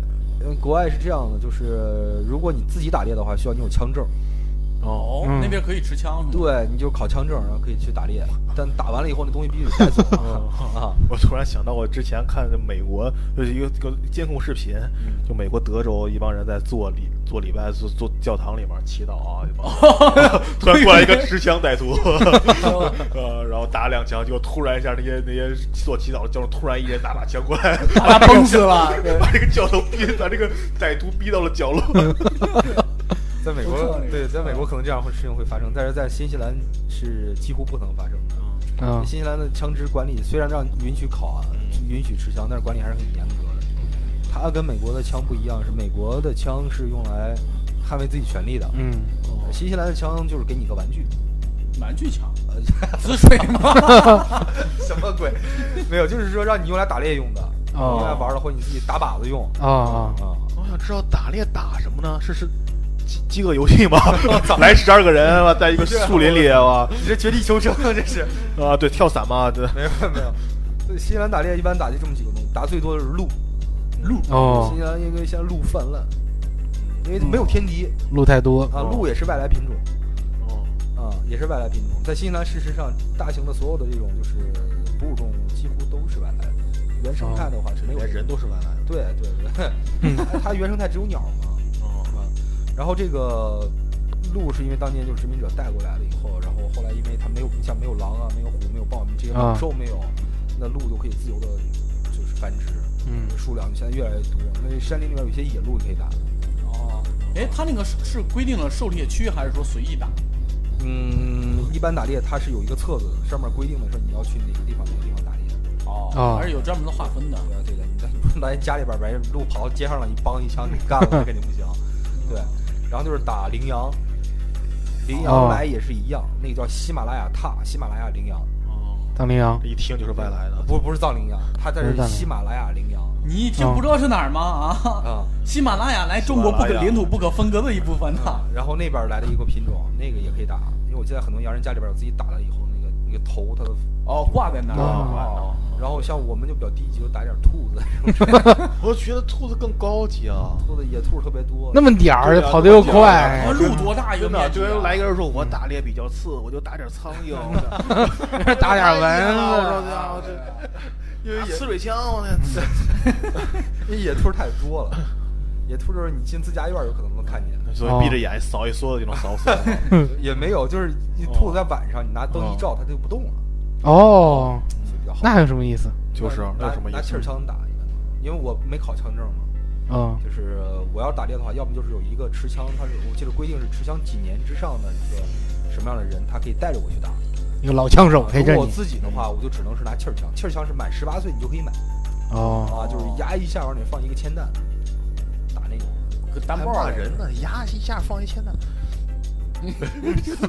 因为国外是这样的，就是如果你自己打猎的话，需要你有枪证。
哦，
嗯
那边可以持枪是吗？
对，你就考枪证，然后可以去打猎，但打完了以后，那东西必须得带走
嗯
啊。
我突然想到，我之前看的美国就是一个一个监控视频，
嗯
就美国德州一帮人在做礼做礼拜做做教堂里面祈祷啊，一 帮人突然过来一个持枪歹徒，呃，然后打两枪，结果突然一下那些那些做祈祷的教众突然一人拿把枪过来，
把他崩死了。对嗯
把这个教头逼把这个歹徒逼到了角落。
在美
不错
国
那，个
对，在美国可能这样会事情会发生，但是在新西兰是几乎不可能发生的。
嗯，
新西兰的枪支管理虽然让允许考啊，允许持枪，但是管理还是很严格的。它跟美国的枪不一样，是美国的枪是用来捍卫自己权利的，
嗯，
呃新西兰的枪就是给你个玩具。
玩具枪，
呃，
滋水吗？
什么鬼？没有，就是说让你用来打猎用的，
哦
用来玩的，或者你自己打靶子用。
啊啊，
啊，
我想知道打猎打什么呢？是是饥饥饿游 戏吗？来十二个人，哇在一个树林里哇
你这绝地求生啊，这是。
啊，对，跳伞嘛，对。
没有没有，对，新西兰打猎一般打就这么几个东西，打最多的是鹿。
鹿
哦嗯
新西兰因为现在鹿泛滥，因为没有天敌
路太多，
啊，
哦
鹿也是外来品种。
哦
啊、也是外来品种。在新西兰，事实上，大型的所有的这种就是哺乳动物几乎都是外来的。原生态的话是没有
哦连人都是外来的。
对对对， 它它原生态只有鸟嘛，
哦
是吧？然后这个鹿是因为当年就是殖民者带过来了以后，然后后来因为它没有像没有狼啊、没有虎、没有豹，这些
啊
猛兽没有，那鹿就可以自由的，就是繁殖，
嗯
数量现在越来越多。因为山林里面有些野鹿你可以打，
哦，哎，他那个是是规定了狩猎区，还是说随意打？
嗯，一般打猎它是有一个册子的，上面规定的说你要去哪个地方哪个地方打猎。
哦
哦，
还是有专门的划分的。
对对对，你在你不来家里边儿把人路跑到街上了，你帮一枪给干了，那肯定不行。 对，然后就是打羚羊，羚羊
哦
来也是一样，那个叫喜马拉雅踏，喜马拉雅羚羊，
哦，
当羚羊，
一听就是外来的。
不不是藏羚羊，它这
不是
是
藏羚
喜马拉雅羚羊
你一
哦
听不知道是哪儿吗？啊，
啊。
喜马拉雅来中国不
喜马
可
拉雅
领土不可分割的一部分呐。
啊然后那边儿来的一个品种，那个也可以打，因为我记得很多洋人家里边儿有自己打了以后，那个那个头它的，
哦，挂在那儿。
哦
哦，
然后像我们就比较低级，就打点儿兔子，
我觉得兔子更高级啊。
兔子野兔儿特别多。
那么点儿
对啊
跑得又
那么点 儿
快
啊，鹿多大一个
真
面
的，
积
就
啊？
跟来一个人说，我打猎比较次，我就打点苍 蝇，
打点蚊子
我说啊家伙这，因为呲水枪，我那
因为野兔儿太多了，野兔儿就是你进自家院儿有可能能看见。
所
哦
以闭着眼扫一梭子就能扫死。
也没有，就是一兔子在晚上，你拿灯一照，它就不动了，
哦，
所以比较好。
那还有什么意思？
就是那
拿
有什么意思
拿气儿枪打一般，因为我没考枪证嘛。
嗯
就是我要打猎的话，要么就是有一个持枪，它是我记得规定是持枪几年之上的一个什么样的人，他可以带着我去打。
有老枪手陪
如
着
果我
你
自己的话，我就只能是拿气儿枪，气儿枪是满十八岁你就可以买
哦，
啊，就是压一下往里放一个铅弹，打那种。
跟单
还
包
骂
儿
人呢，压一下放一千呢。
什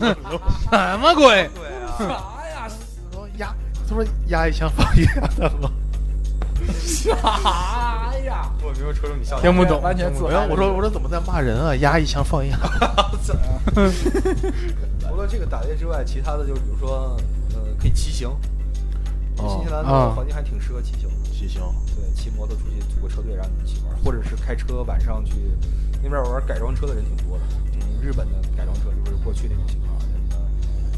么鬼？
对啊
啥呀？
说压，他说压一枪放一下的吗？
啥呀？
我没有瞅瞅你笑。
听不懂哎
完全自
我
嗨
要
了
我说我说怎么在骂人啊？压一枪放一下。
除了这个打猎之外，其他的就是比如说，呃，可以骑行。
哦
新西兰的
啊
环境还挺适合骑行的，
骑 行，
对，骑摩托出去组个车队让你一起玩，或者是开车晚上去那边玩改装车的人挺多的，嗯，日本的改装车就是过去那种情况，啊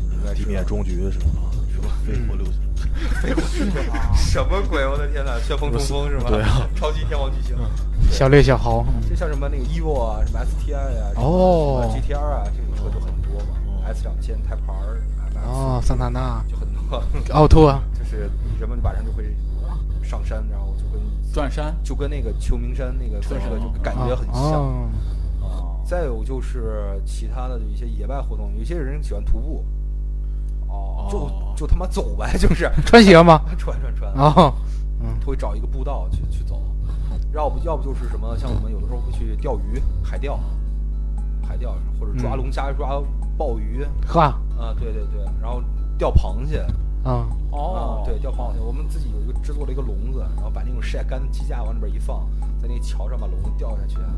那应该
地
是
面 中局什么的，啊是吧？飞火六。
什么鬼？我的天哪，旋风冲锋是吧？
对啊，
超级天王巨星，
小猎小豪，嗯
就像什么那个 EVO 啊，什么 STI 啊，什么
哦
什么 GTR 啊，这种车就很多嘛、
哦
s 两千、Type R、
嗯
MS
哦，桑塔纳、
就很多，
奥拓，
就是人们晚上就会上山，然后就跟
转山。
就跟那个秋名山那个车似的，就感觉很像。
哦，
哦
再有就是其他的一些野外活动，有些人喜欢徒步，
哦，
就就他妈走呗，就是
穿鞋吗？
穿穿穿，
哦，嗯，
会找一个步道去去走，要不要不就是什么，像我们有的时候会去钓鱼，海钓，海钓或者抓龙虾、抓鲍鱼
呵，
啊，对对对，然后钓螃蟹。
啊，
哦
啊，对，钓螃蟹，我们自己有一个制作了一个笼子，然后把那种晒干的鸡架往里边一放，在那个桥上把笼子吊下去，啊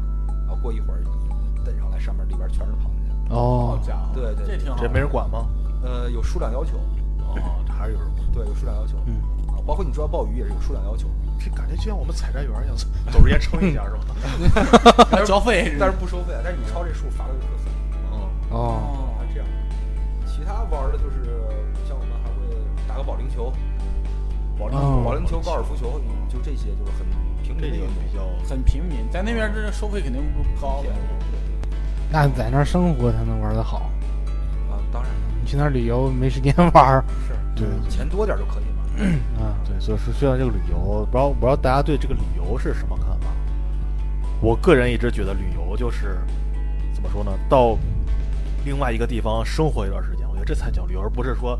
然后过一会儿一蹬上来，上面里边全是螃蟹。
好
哦，
家伙，
对对
这挺好。
这没人管吗？
呃，有数量要求，
哦，这还是有人管。
对，有数量要求，
嗯，
啊，包括你抓鲍鱼也是有数量 要求，
这感觉就像我们采摘园一样， 走之前称一下是吧？
交费，
啊但是不收费，但是你超这数罚了就特死。
嗯，
哦，
哦
其他玩儿的就是像我们还会打个保龄球、
保
龄球哦
保龄球、高尔夫球，嗯就这些就是很平民
这
的
几
运
个
动。
比较
很平民，在那边这收费肯定不高的。
那在那儿生活才能玩得好。
啊，当然了
你去那儿旅游没时间玩儿，
是
对
钱多点儿就可以嘛。
啊，
对，所以说说到这个旅游，不知道不知道大家对这个旅游是什么看法？我个人一直觉得旅游就是怎么说呢，到另外一个地方生活一段时间，我觉得这才叫旅游，而不是说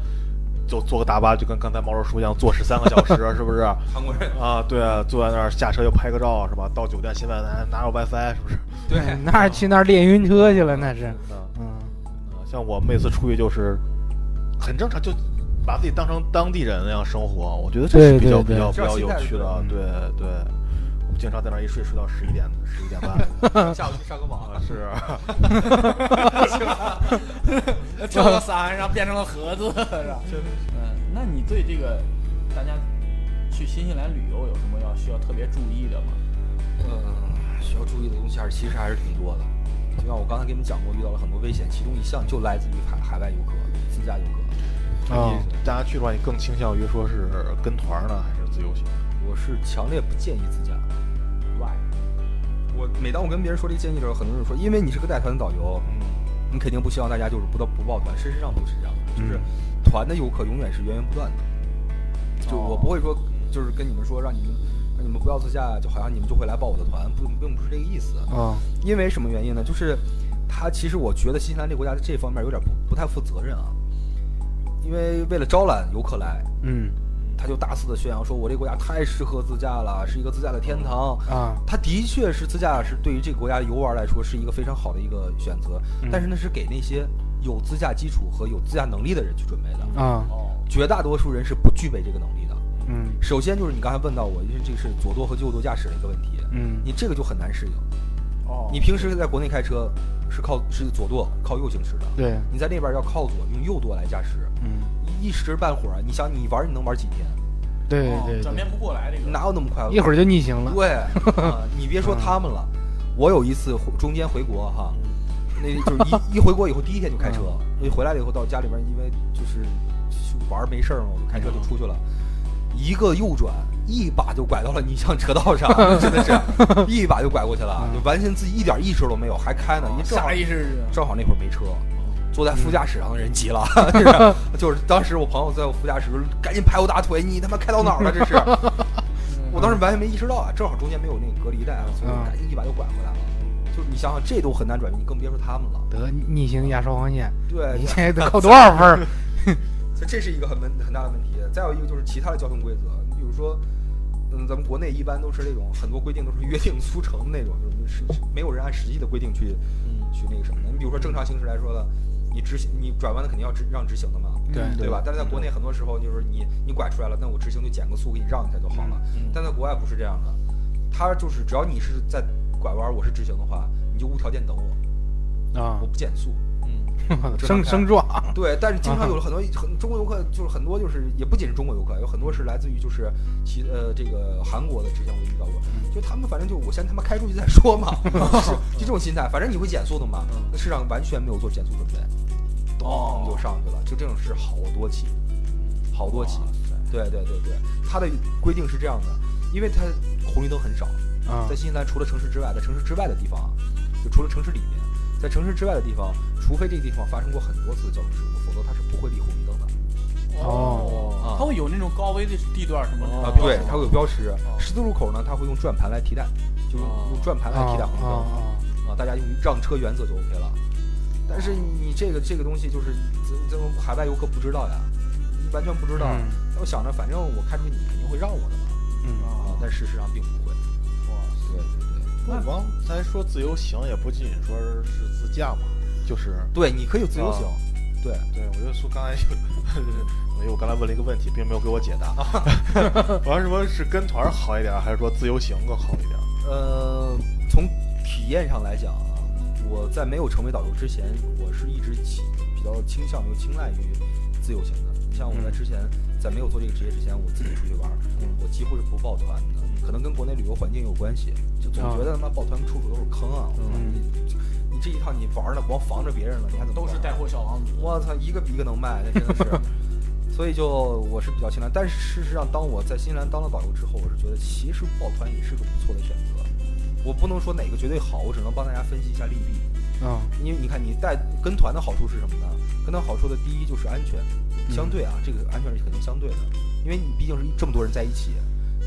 就坐个大巴，就跟刚才毛叔说一样，坐十三个小时， 是不是？
韩国人
啊，对啊，坐在那儿下车又拍个照是吧？到酒店现在拿拿有 WiFi 是不是？
对，
那儿去那儿练晕车去了，那是，
啊
嗯，
啊像我每次出去就是很正常，就把自己当成当地人那样生活，我觉得这
对
是比
对
较
对
比较比
这样
较
心
有
态是
趣的啊。
对
对对，我们经常在那儿一睡睡到十一点十一点半
下午去上个网呃
啊，是。
跳到伞，然后变成了盒子，是吧？嗯，那你对这个大家去新西兰旅游有什么要需要特别注意的吗？
嗯，需要注意的东西还是其实还是挺多的。就像我刚才给你们讲过，遇到了很多危险，其中一项就来自于海海外游客、自驾游客。
哦
那你大家去的话，你更倾向于说是跟团呢，还是自由行？
我是强烈不建议自驾。
外，
我每当我跟别人说这建议的时候，很多人说，因为你是个带团导游，
嗯，
你肯定不希望大家就是不到不报团，事实上不是这样的，就是
嗯
团的游客永远是源源不断的。就我不会说，就是跟你们说让你们让你们不要自驾，就好像你们就会来报我的团，不并不是这个意思。
哦，
因为什么原因呢？就是他其实我觉得新西兰这个国家在这方面有点不不太负责任啊，因为为了招揽游客来，
嗯，
他就大肆的宣扬说我这个国家太适合自驾了，是一个自驾的天堂。
啊，
它的确是自驾是对于这个国家的游玩来说是一个非常好的一个选择，
嗯
但是那是给那些有自驾基础和有自驾能力的人去准备的，
啊，
哦，
绝大多数人是不具备这个能力的。
嗯，
首先就是你刚才问到我，因为这个是左舵和右舵驾驶的一个问题，
嗯，
你这个就很难适应。
哦，
你平时在国内开车是靠是左舵靠右行驶的，
对，
你在那边要靠左用右舵来驾驶，
嗯，
一一时半会儿啊，你想你玩你能玩几天？
对
哦
对
转
对，
变不过来这个。
哪有那么快？
一会儿就逆行了，
对、 啊你别说他们了，我有一次回中间回国哈，那就是一 一回国以后第一天就开车，
嗯
因为回来了以后到家里边，因为就是玩儿没事儿嘛，我就开车就出去了。一个右转，一把就拐到了逆向车 道上，真的是，一把就拐过去了，
嗯哦
就完全自己一点意识都没有，还开呢。你正好
下意识
正好那会儿没车，
嗯
坐在副驾驶上的人急 了， 是就是当时我朋友在我副驾驶，赶紧拍我大腿，你他妈开到哪儿了？这是，
嗯
我当时完全没意识到啊，正好中间没有那个隔离带啊，所以我赶紧一把就拐回来了。就是你想想，这都很难转变，你更别说他们了。
得逆行压双黄线，
对，
你
对
现在 得扣多少分儿？
所以这是一个很问很大的问题。再有一个就是其他的交通规则，你比如说，嗯，咱们国内一般都是那种很多规定都是约定俗成的那种，就是是没有人按实际的规定去、去那个什么的。你比如说正常行驶来说的，你直行你转弯的肯定要直让直行的嘛，
对
对吧？但是在国内很多时候就是你你拐出来了，那我直行就减个速给你让一下就好了。但在国外不是这样的，他就是只要你是在拐弯，我是直行的话，你就无条件等我，
啊
我，不减速。
升升撞，
对，但是
啊
经常有很多很中国游客，就是很多就是也不仅是中国游客，有很多是来自于就是其呃这个韩国的之前我遇到过，
嗯
就他们反正就我先他妈开出去再 说嘛，是就这种心态，反正你会减速的嘛，那市场完全没有做减速准备，
嗯哦
咚就上去了，就这种事好多起，好多起
哇，
对对对对，它的规定是这样的，因为它红绿灯很少，
啊
在，新西兰除了城市之外，在城市之外的地方啊，就除了城市里面，在城市之外的地方，除非这个地方发生过很多次交通事故，否则它是不会立红绿灯的。
哦
它会有那种高危的地段什么的
啊，
标
对
识，
它会有标识。十字路口呢，它会用转盘来替代，就是用转盘来替代
啊
红绿灯。
啊
啊，大家用让车原则就 OK 了。但
哦
是你这个这个东西就是，这这海外游客不知道呀，完全不知道。
嗯
那我想着，反正我开出去你肯定会让我的嘛，
嗯，
啊，但事实上并不会。
哇
对对对。
不，我刚才说自由行也不仅仅说是自驾嘛，就是
对，你可以自由行，
啊
对，
对，我就说刚 才就，因为我刚才问了一个问题，并没有给我解答。 我要是说是跟团好一点，还是说自由行更好一点？
呃，从体验上来讲啊，我在没有成为导游之前，我是一直倾比较倾向于青睐于自由行的。你像我在之前，在没有做这个职业之前，我自己出去玩儿，我几乎是不抱团的，哦可能跟国内旅游环境有关系，就总觉得他妈抱团处处都是坑啊！我操你你这一套你玩了，光防着别人了，你还怎么
都是
玩
带货小王子。
我操，一个比一个能卖，那真 的是。所以就我是比较心兰，但是事实上，当我在新西兰当了导游之后，我是觉得其实抱团也是个不错的选择。我不能说哪个绝对好，我只能帮大家分析一下利弊。
嗯，
因为你看，你带跟团的好处是什么呢？跟团好处的第一就是安全，
嗯
相对啊，这个安全是肯定相对的，因为你毕竟是这么多人在一起，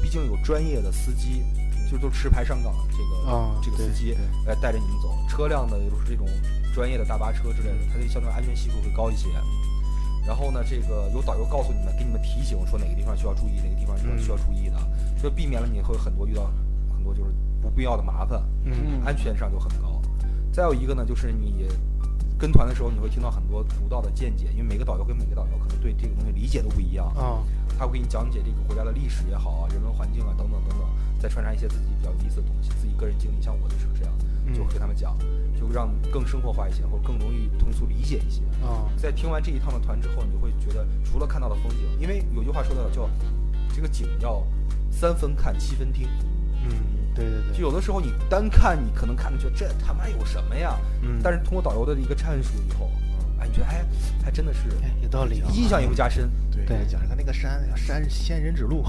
毕竟有专业的司机，就都持牌上岗的这个、
啊
这个司
对
机来带着你们走，车辆呢都是这种专业的大巴车之类的，它的相对安全系数会高一些。然后呢，这个有导游告诉你们，给你们提醒说哪个地方需要注意，哪个地方需要
嗯
需要注意的，就避免了你会很多遇到很多就是不必要的麻烦。
嗯，
安全上就很高。再有一个呢，就是你跟团的时候，你会听到很多独到的见解，因为每个导游跟每个导游可能对这个东西理解都不一样，
啊，
他会给你讲解这个国家的历史也好啊，人文环境啊等等等等，再穿插一些自己比较有意思的东西，自己个人经历，像我就是这样，
嗯
就跟他们讲，就让更生活化一些，或者更容易通俗理解一些。
啊，
在听完这一趟的团之后，你就会觉得除了看到的风景，因为有句话说的叫这个景要三分看七分听，
嗯，对对
就
对，
有的时候你单看，你可能看着觉得这他妈有什么呀？
嗯
但是通过导游的一个阐述以后，哎，你觉得哎，还真的是
哎有道理啊
印象也会加深，
对，
对
讲一个那个山哎山仙人指 路，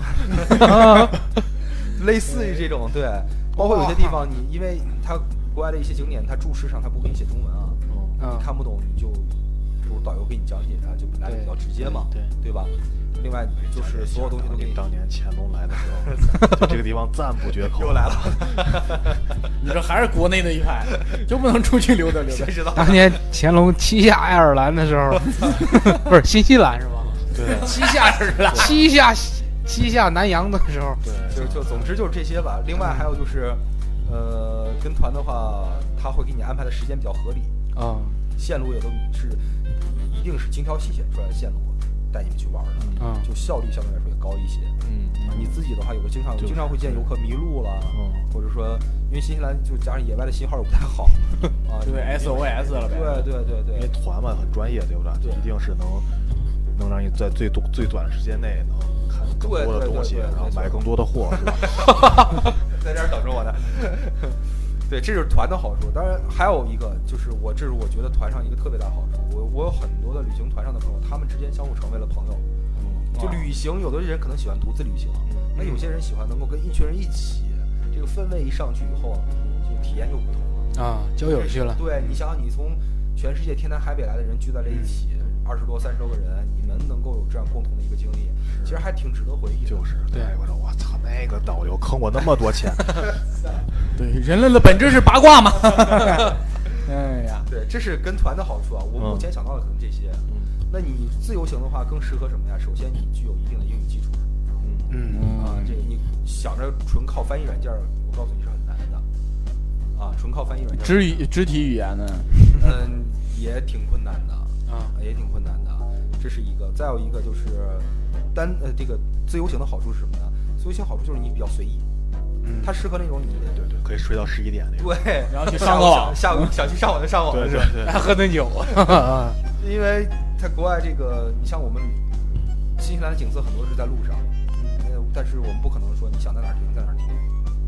类似于这种对，包括有些地方你因为它国外的一些景点，它注释上它不给你写中文啊，
哦
啊
嗯
你看不懂你就就是导游给你讲解它就来的比较直接嘛，
对
对吧？另外就是所有东西都给你
当年乾隆来的时 候，就这个地方赞不绝口。
又来了，
你这还是国内的一派，就不能出去溜达溜 达
谁。知道？
当年乾隆七下爱尔兰的时 候，不是新西兰是吧？
对
七下是了，
七下七下南洋的时候，
对，嗯
就就总之就是这些吧。另外还有就是，呃，跟团的话，他会给你安排的时间比较合理，
啊，
线路也都是一定是精挑细选出来的线路带你们去玩儿的，
嗯
就效率相对来说也高一些。啊
嗯，
你自己的话，有的经常
就是
经常会见游客迷路了，
嗯
或者说因为新西兰就加上野外的信号也不太 好啊，
对 SOS 了呗。
对对对
因为
对，
团嘛很专业，对不对？
对
一定是能能让你在最短最短的时间内能看更多的东西，
对对对对
然后
没错
买更多的货，是吧？
在这儿等着我呢。对，这就是团的好处。当然，还有一个就是我，这是我觉得团上一个特别大的好处。我我有很多的旅行团上的朋友，他们之间相互成为了朋友。
嗯
就旅行，有的人可能喜欢独自旅行，那有些人喜欢能够跟一群人一起，这个氛围一上去以后，就体验就不同了。
啊，交友去了，
对，你想想，你从全世界天南海北来的人聚在了一起，
嗯
二十多、三十多个人，你们能够有这样共同的一个经历，其实还挺值得回忆的。
就是，对，我说我操，那个导游坑我那么 多钱，
对，人类的本质是八卦 嘛。哎呀，
对，这是跟团的好处啊。我目前想到的可能这些。
嗯
那你自由行的话，更适合什么呀？首先，你具有一定的英语基础
嗯，
嗯，
啊，这个你想着纯靠翻译软件儿，我告诉你是很难的啊，纯靠翻译软件儿。
肢 语肢体语言 呢？
嗯，也挺困难的
啊，
也挺困难的。这是一个，再有一个就是单呃，这个自由行的好处是什么呢？自由行好处就是你比较随意，
嗯
它适合那种你
对对，可以睡到十一点那种。
对，
然后去
下
上
午
个网
想下午想去上网就上网，
对
是吧
对对，
还喝顿酒
嗯
啊，
因为在国外这个，你像我们新西兰的景色很多是在路上，呃，但是我们不可能说你想在哪儿停在哪儿停，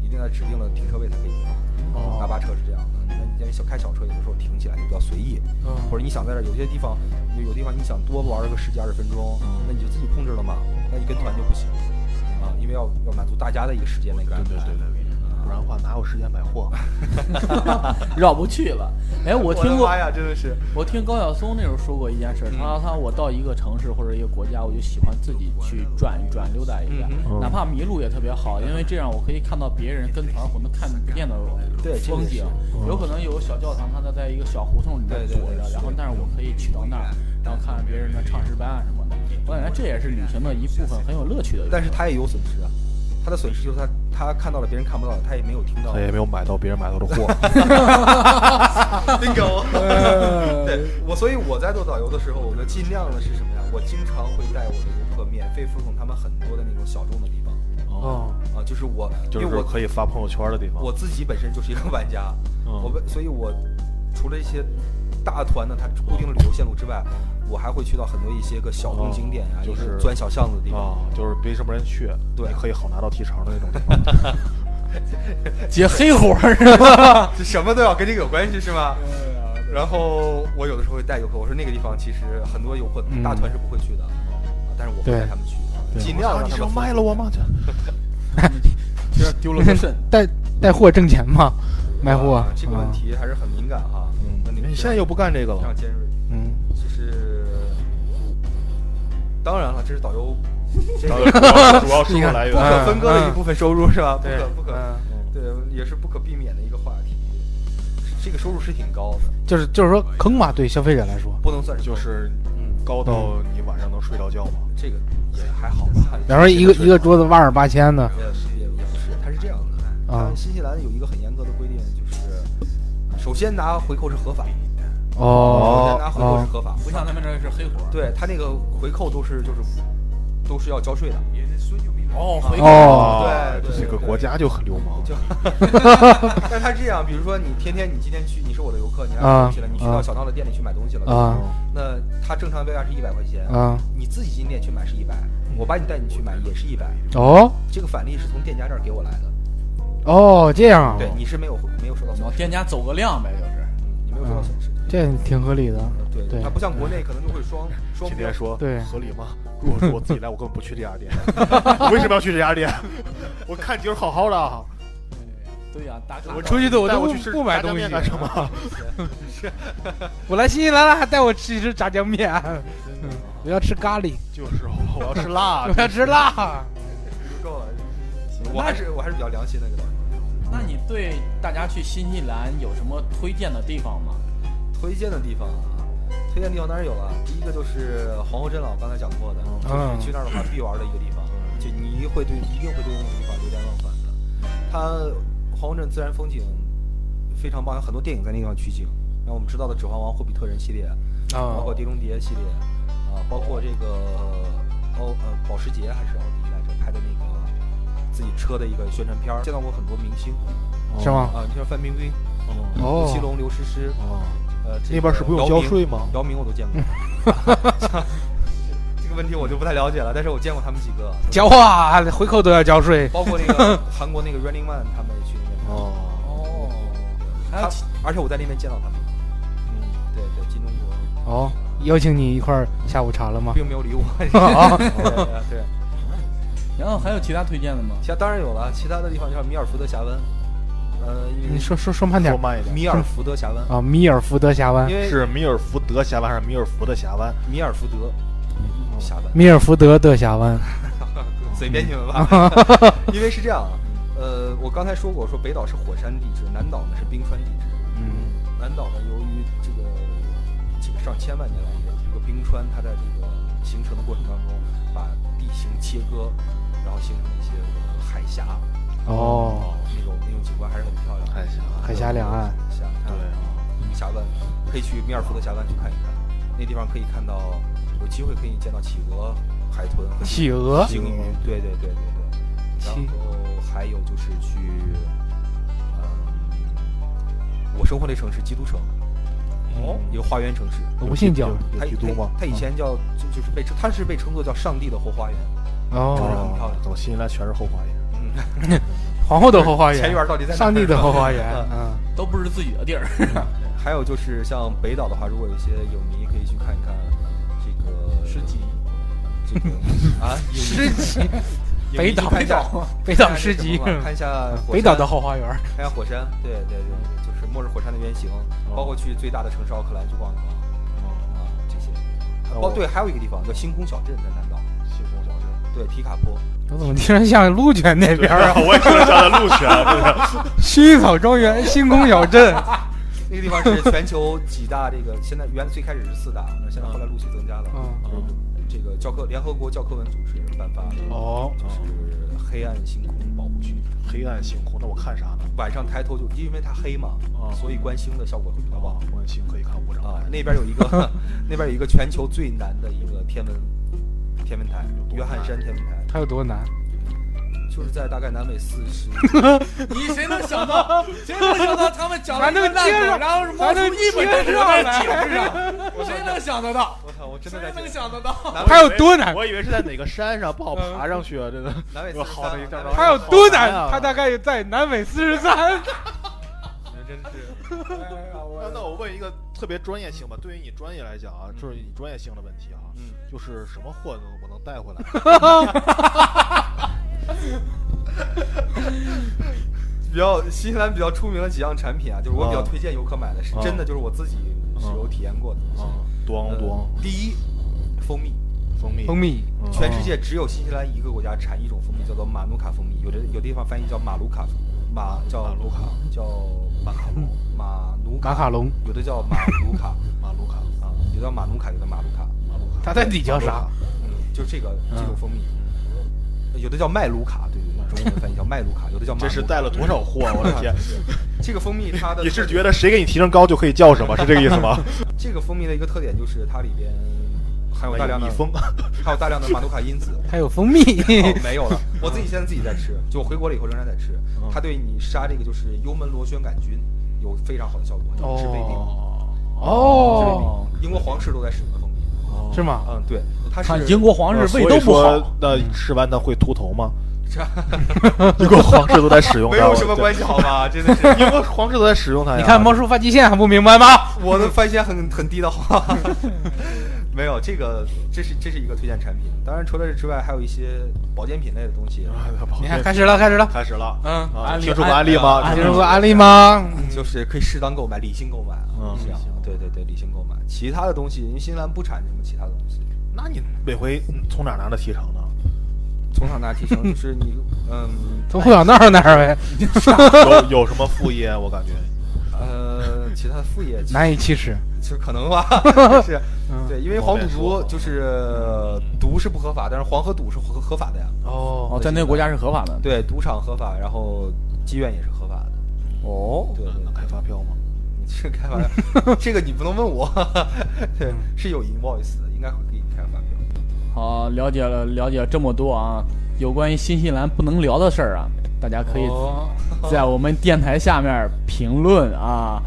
一定在指定的停车位才可以停。
哦
大巴车是这样的，那你因为小开小车有的时候停起来就比较随意，
嗯
或者你想在这儿有些地方，有有地方你想多玩个十几二十分钟，
嗯
那你就自己控制了嘛，那你跟团就不行啊，因为要要满足大家的一个时间的一个安
对
排。
对对对，不然的话哪有时间买 货？
绕不去了。哎，我听
的
过
妈，呀，真的是，
我听高晓松那时候说过一件事儿，他说他我到一个城市或者一个国家，我就喜欢自己去转一转、溜达一下
嗯，
哼
哪怕迷路也特别好，因为这样我可以看到别人跟团可能看不见的
对这个
风景
是
有可能有个小教堂，它在在一个小胡同里面
对
躲
对
着，
对是
然后但是我可以去到那儿，然后看看别人的唱诗班啊什么的。我感觉这也是旅行的一部分，很有乐趣的。
但是他也有损失啊，他的损失就是他他看到了别人看不到的，他也没有听到
他。也没有买到别人买到的货。
bingo。对
呃
我，所以我在做导游的时候，我就尽量的是什么呀？我经常会带我的游客免费附送他们很多的那种小众的地方
哦，
啊，就是我，
就
因为
是
我
可以发朋友圈的地方。
我自己本身就是一个玩家，
嗯
我本所以，我除了一些大团的它固定的旅游线路之外，我还会去到很多一些个小众景点啊，
哦就
一些
是
钻小巷子的地 方。
啊，就是没什么人去，
对
你可以好拿到提成的那种地方。
结黑活儿是吧？
呃
这什么都要跟这个有关系是吗？然后我有的时候会带游客，我说那个地方其实很多游客
嗯
大团是不会去的，啊但是我会
对
带他们去，
对
尽
我
量
操
让
啊你
他
是要
们
卖了我吗？这
有点丢了个肾。
带带货挣钱吗？卖货
啊这个问题还是很敏感哈。那你
嗯你现在又不干这个
非
了
常，尖锐，
嗯，
就是当然了，这是导游这
主
个
要主要收入
你看
来
不
源
可分割的
嗯
一部分收入是吧？不
对
可不可
嗯
对，也是不可避免的一个话题。这个收入是挺高的，
就是就是说坑嘛，对消费者来说。
不能算是
就是
嗯，
高到你晚上能睡着觉吗？
这个也还好吧。
假如说一个一个桌子万二八千的，
也是也也不是，它是这样的。
啊
它新西兰有一个很严格的规定，就是首先拿回扣是合法，首
哦
先拿回扣是
哦，
合法。
不像咱们这儿是黑活儿。
对他那个回扣都是就是都是要交税的，
哦，回
哦
对对
啊这个国家就很流氓。
就。但他这样，比如说你天天你今天去，你是我的游客，你来
啊
我东西了，你去
啊
到小闹的店里去买东西了，
啊
那他正常标价是一百块钱，
啊
你自己进店去买是一百，我把你带你去买也是一百，
哦
这个返利是从店家这儿给我来的，
哦，这样啊，
对，你是没有没有受到损
哦
失，
店家走个量呗，就是。
嗯你没有受到损失。
这挺合理的。
对
对
它不像国内可能就会双双
天
标
天，说
对
合理吗？如果是我自己来，我根本不去这家 店。我为什么要去这家店？ 我看景儿好好的，
对呀，打卡。
我
出去的我
带
都
我
不
去吃
不买
炸酱
东
面
西
干什么？
我来新西兰了，还带我吃一吃炸酱面，我要吃咖喱，
就是哦我要吃辣
我，要吃辣。
够了。我还啊是我还是比较良心的，这个东西
那你对大家去新西兰有什么推荐的地方吗？
推荐的地方啊，推荐地方当然有了。第一个就是皇后镇了，我刚才讲过的，
嗯
就是去那儿的话必玩的一个地方，就你会对一定会对那个地方流连忘返的。它皇后镇自然风景非常棒，有很多电影在那地方取景。那我们知道的《指环王》《霍比特人》系
啊
列，包括《碟中谍》系列，啊，包括这个呃奥呃保时捷还是奥迪来着拍的那个自己车的一个宣传片儿，见到过很多明星
是吗？
啊，你像范冰冰、
哦
哦
吴奇隆、刘诗诗，
哦，
呃，这
那边是不用
个姚
交
明
税吗
姚明我都见过。这个问题我就不太了解了，但是我见过他们几个，
交啊，回扣都要交税。
包括那个韩国那个 Running Man，他们也去那边拍。
哦，
哦，还有
他，而且我在那边见到他们。嗯，对对，新中国
哦，邀请你一块儿下午茶了吗？
并没有理我。
啊，
对对，
然后还有其他推荐的吗？
其他当然有了，其他的地方像米尔福德峡湾，呃，因为
你说说说慢点
说慢一点，
米尔福德峡湾，
啊，米尔福德峡湾
因，为
是米尔福德峡湾还是米尔福的峡湾？
米尔福德峡湾，
米尔福德的峡湾，
随便你们吧。 因为是这样啊，呃，我刚才说过，说北岛是火山地质，南岛呢是冰川地质。
嗯，
南岛呢，由于这个这个上千万年来的这个冰川，它在这个形成的过程当中，把地形切割，然后形成了一些呃海峡，
哦，
那种那种景观还是很漂亮的。啊
海峡，
海峡两岸，
峡嗯
对啊，
峡湾，可以去米尔福德峡湾去看一看，那地方可以看到，有机会可以见到企鹅、海豚和
企鹅，
鲸鱼，对对对对对。然
企
后还有就是去，嗯，我生活的城市基督城，
哦，
一个花园城市，
我不信教，
有
它
基督吗
它？它
嗯
以前叫就就是被称它是被称作叫上帝的后花园，
哦，
哦，怎么新西兰全是后花园？
嗯，
皇后的后花
前
园，
院到底在哪儿
上帝的后花园，嗯，
都不是自己的地儿。
还有就是像北岛的话，如果有一些影迷可以去看一看这个
是几？
这个啊，影迷
诗集，
影迷
北
去
岛
看一下
北岛
看一下
诗
那
集嗯
什么吧看一下嗯火
北岛
山
的后花园，
看一下火山，对对对对，就是末日火山的原
哦
型，包括去最大的城市奥克兰去逛一逛啊这些。哦，对，还有一个地方叫星空小镇在南岛，
西湖小镇。
对，提卡 坡。
我怎么听着像鹿泉那边啊？
我也听着像在鹿泉，
薰衣草庄园、星空小镇，
那个地方是全球几大这个，现在原来最开始是四大，那现在后来陆续增加了。
嗯
这个教科联合国教科文组织颁发的，
哦，
就是黑暗星空保护区。
黑暗星空，那我看啥呢？
晚上抬头就因为它黑嘛，
哦
所以观星的效果会比较
好不好
棒？
我行可以看五张
啊。那边有一 个，那边有一个全球最难的一个天文天文台，约翰山天文台，
它有多难？
就是在大概南纬四十。
你谁能想到？谁能想到他们讲了
还
一
能
个烂
接
梗，
上
然后摸出一本正经
还
的
能接上
解释？啊谁能想得到？
我操，我真
谁
的在
能
这
想得到？
南
它
纬
有多难？
我以为是在哪个山上，不好爬上去啊！真的，
嗯
南纬
有
四十
好的一张照片
它有多难
好难？啊
它大概在南纬四十三。
真是
哦那那我问一个特别专业性吧。对于你专业来讲啊，就是你专业性的问题啊，
嗯，
就是什么货能我能带回来？
比较新西兰比较出名的几样产品啊，就是我比较
啊
推荐游客买的，是
啊
真的就是我自己是有体验过的。
啊，咣
呃
咣，
第一，蜂蜜，
蜂蜜，
蜂，蜜
嗯
全世界只有新西兰一个国家产一种蜂蜜，叫做马努卡蜂蜜，有的有的地方翻译叫马卢卡蜂，马叫卢卡，叫 马卡龙，马努
马卡龙，
有的叫马卢卡
马卢卡，
啊，有的叫马努卡，有的马卢卡，
马卢卡，
它到底叫 啥？
嗯，就这个这种蜂蜜，有的叫麦卢卡，对对对，中文翻译叫麦卢卡，有的叫马
这是
卢卡
带了多少货啊？我 的天！
这个蜂蜜它的
你是
特
觉得谁给你提成高就可以叫什么？是这个意思吗？
这个蜂蜜的一个特点就是它里边含有大量的
蜜蜂，
还有大量的马努卡因子。
还有蜂蜜，
哦，没有了，我自己现在自己在吃，就我回国了以后仍然在吃。它对你杀这个就是幽门螺旋杆菌有非常好的效果，治胃病。
哦，
英国皇室都在使用的蜂蜜。
是吗？
嗯，对，它
看
是
英 国皇室
呃所
胃
以
都不好
说，，那吃完它会秃头吗？
这
英国皇室都在使用它，
没有什么关
系。
系，好 吧？真的是，
英国皇室都在使用它哎呀。
你看魔术发际线还不明白吗？
我的翻线很很低的话， 没有这个，这是这是一个推荐产品。当然，除了这之外，还有一些保健品类的东西，
啊，
你看，开始了，开始了，
开始了。
嗯，
啊
安利
听说过安利吗？
安
你
利
说过安利吗？
就是可以适当购买，理性购买啊
嗯，
这样
理性。
对对对，理性购买。其他的东西，因为新西兰不产什么其他的东西。
那你每回嗯从哪儿拿的提成呢？
从小拿提成，就是你，嗯，
从后脑那儿那儿呗，
有有什么副业？啊我感觉
呃，其他副业其
难以启齿。
其实可能吧，就是
嗯
对，因为黄赌毒就是呃毒是不合法，但是黄和赌是合合法的呀。
哦，
哦，
在那个国家是合法的。
对，赌场合法，然后妓院也是合法的。
哦，
对
能
对对
开，发票吗？
你这个开玩笑， 这个你不能问我， 对，是有 invoice 的，应该会给你开发票。
好，了解了，了解这么多啊，有关于新西兰不能聊的事儿啊，大家可以
哦
在我们电台下面评论啊，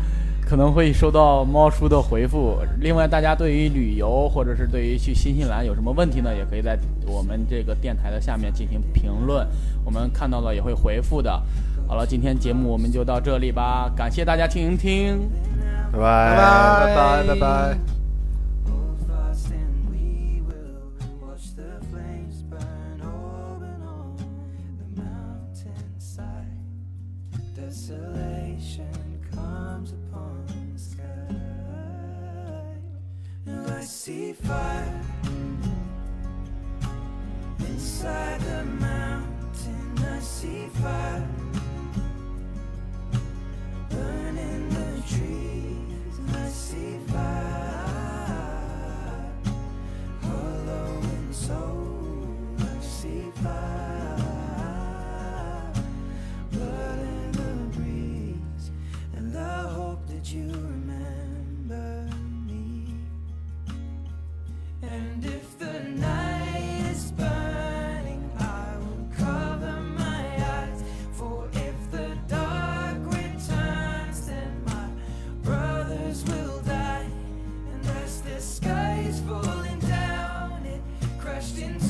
可能会收到猫叔的回复。另外，大家对于旅游或者是对于去新西兰有什么问题呢，也可以在我们这个电台的下面进行评论，我们看到了也会回复的。好了，今天节目我们就到这里吧，感谢大家听一听。
拜
哎拜
拜
拜拜拜拜。
hold fast and we will watch the flames burn over and on the mountainside. Desolation comes upon the sky, and I see fire inside the mountain. I see fire burning the trees, and I see fire hollowing soul. I see fire, blood in the breeze, and I hope that you remember me. And if the night is burning, I will cover my eyes. For if the dark returns, then my brothers will die. And as the sky is falling down, it crashed into Oh,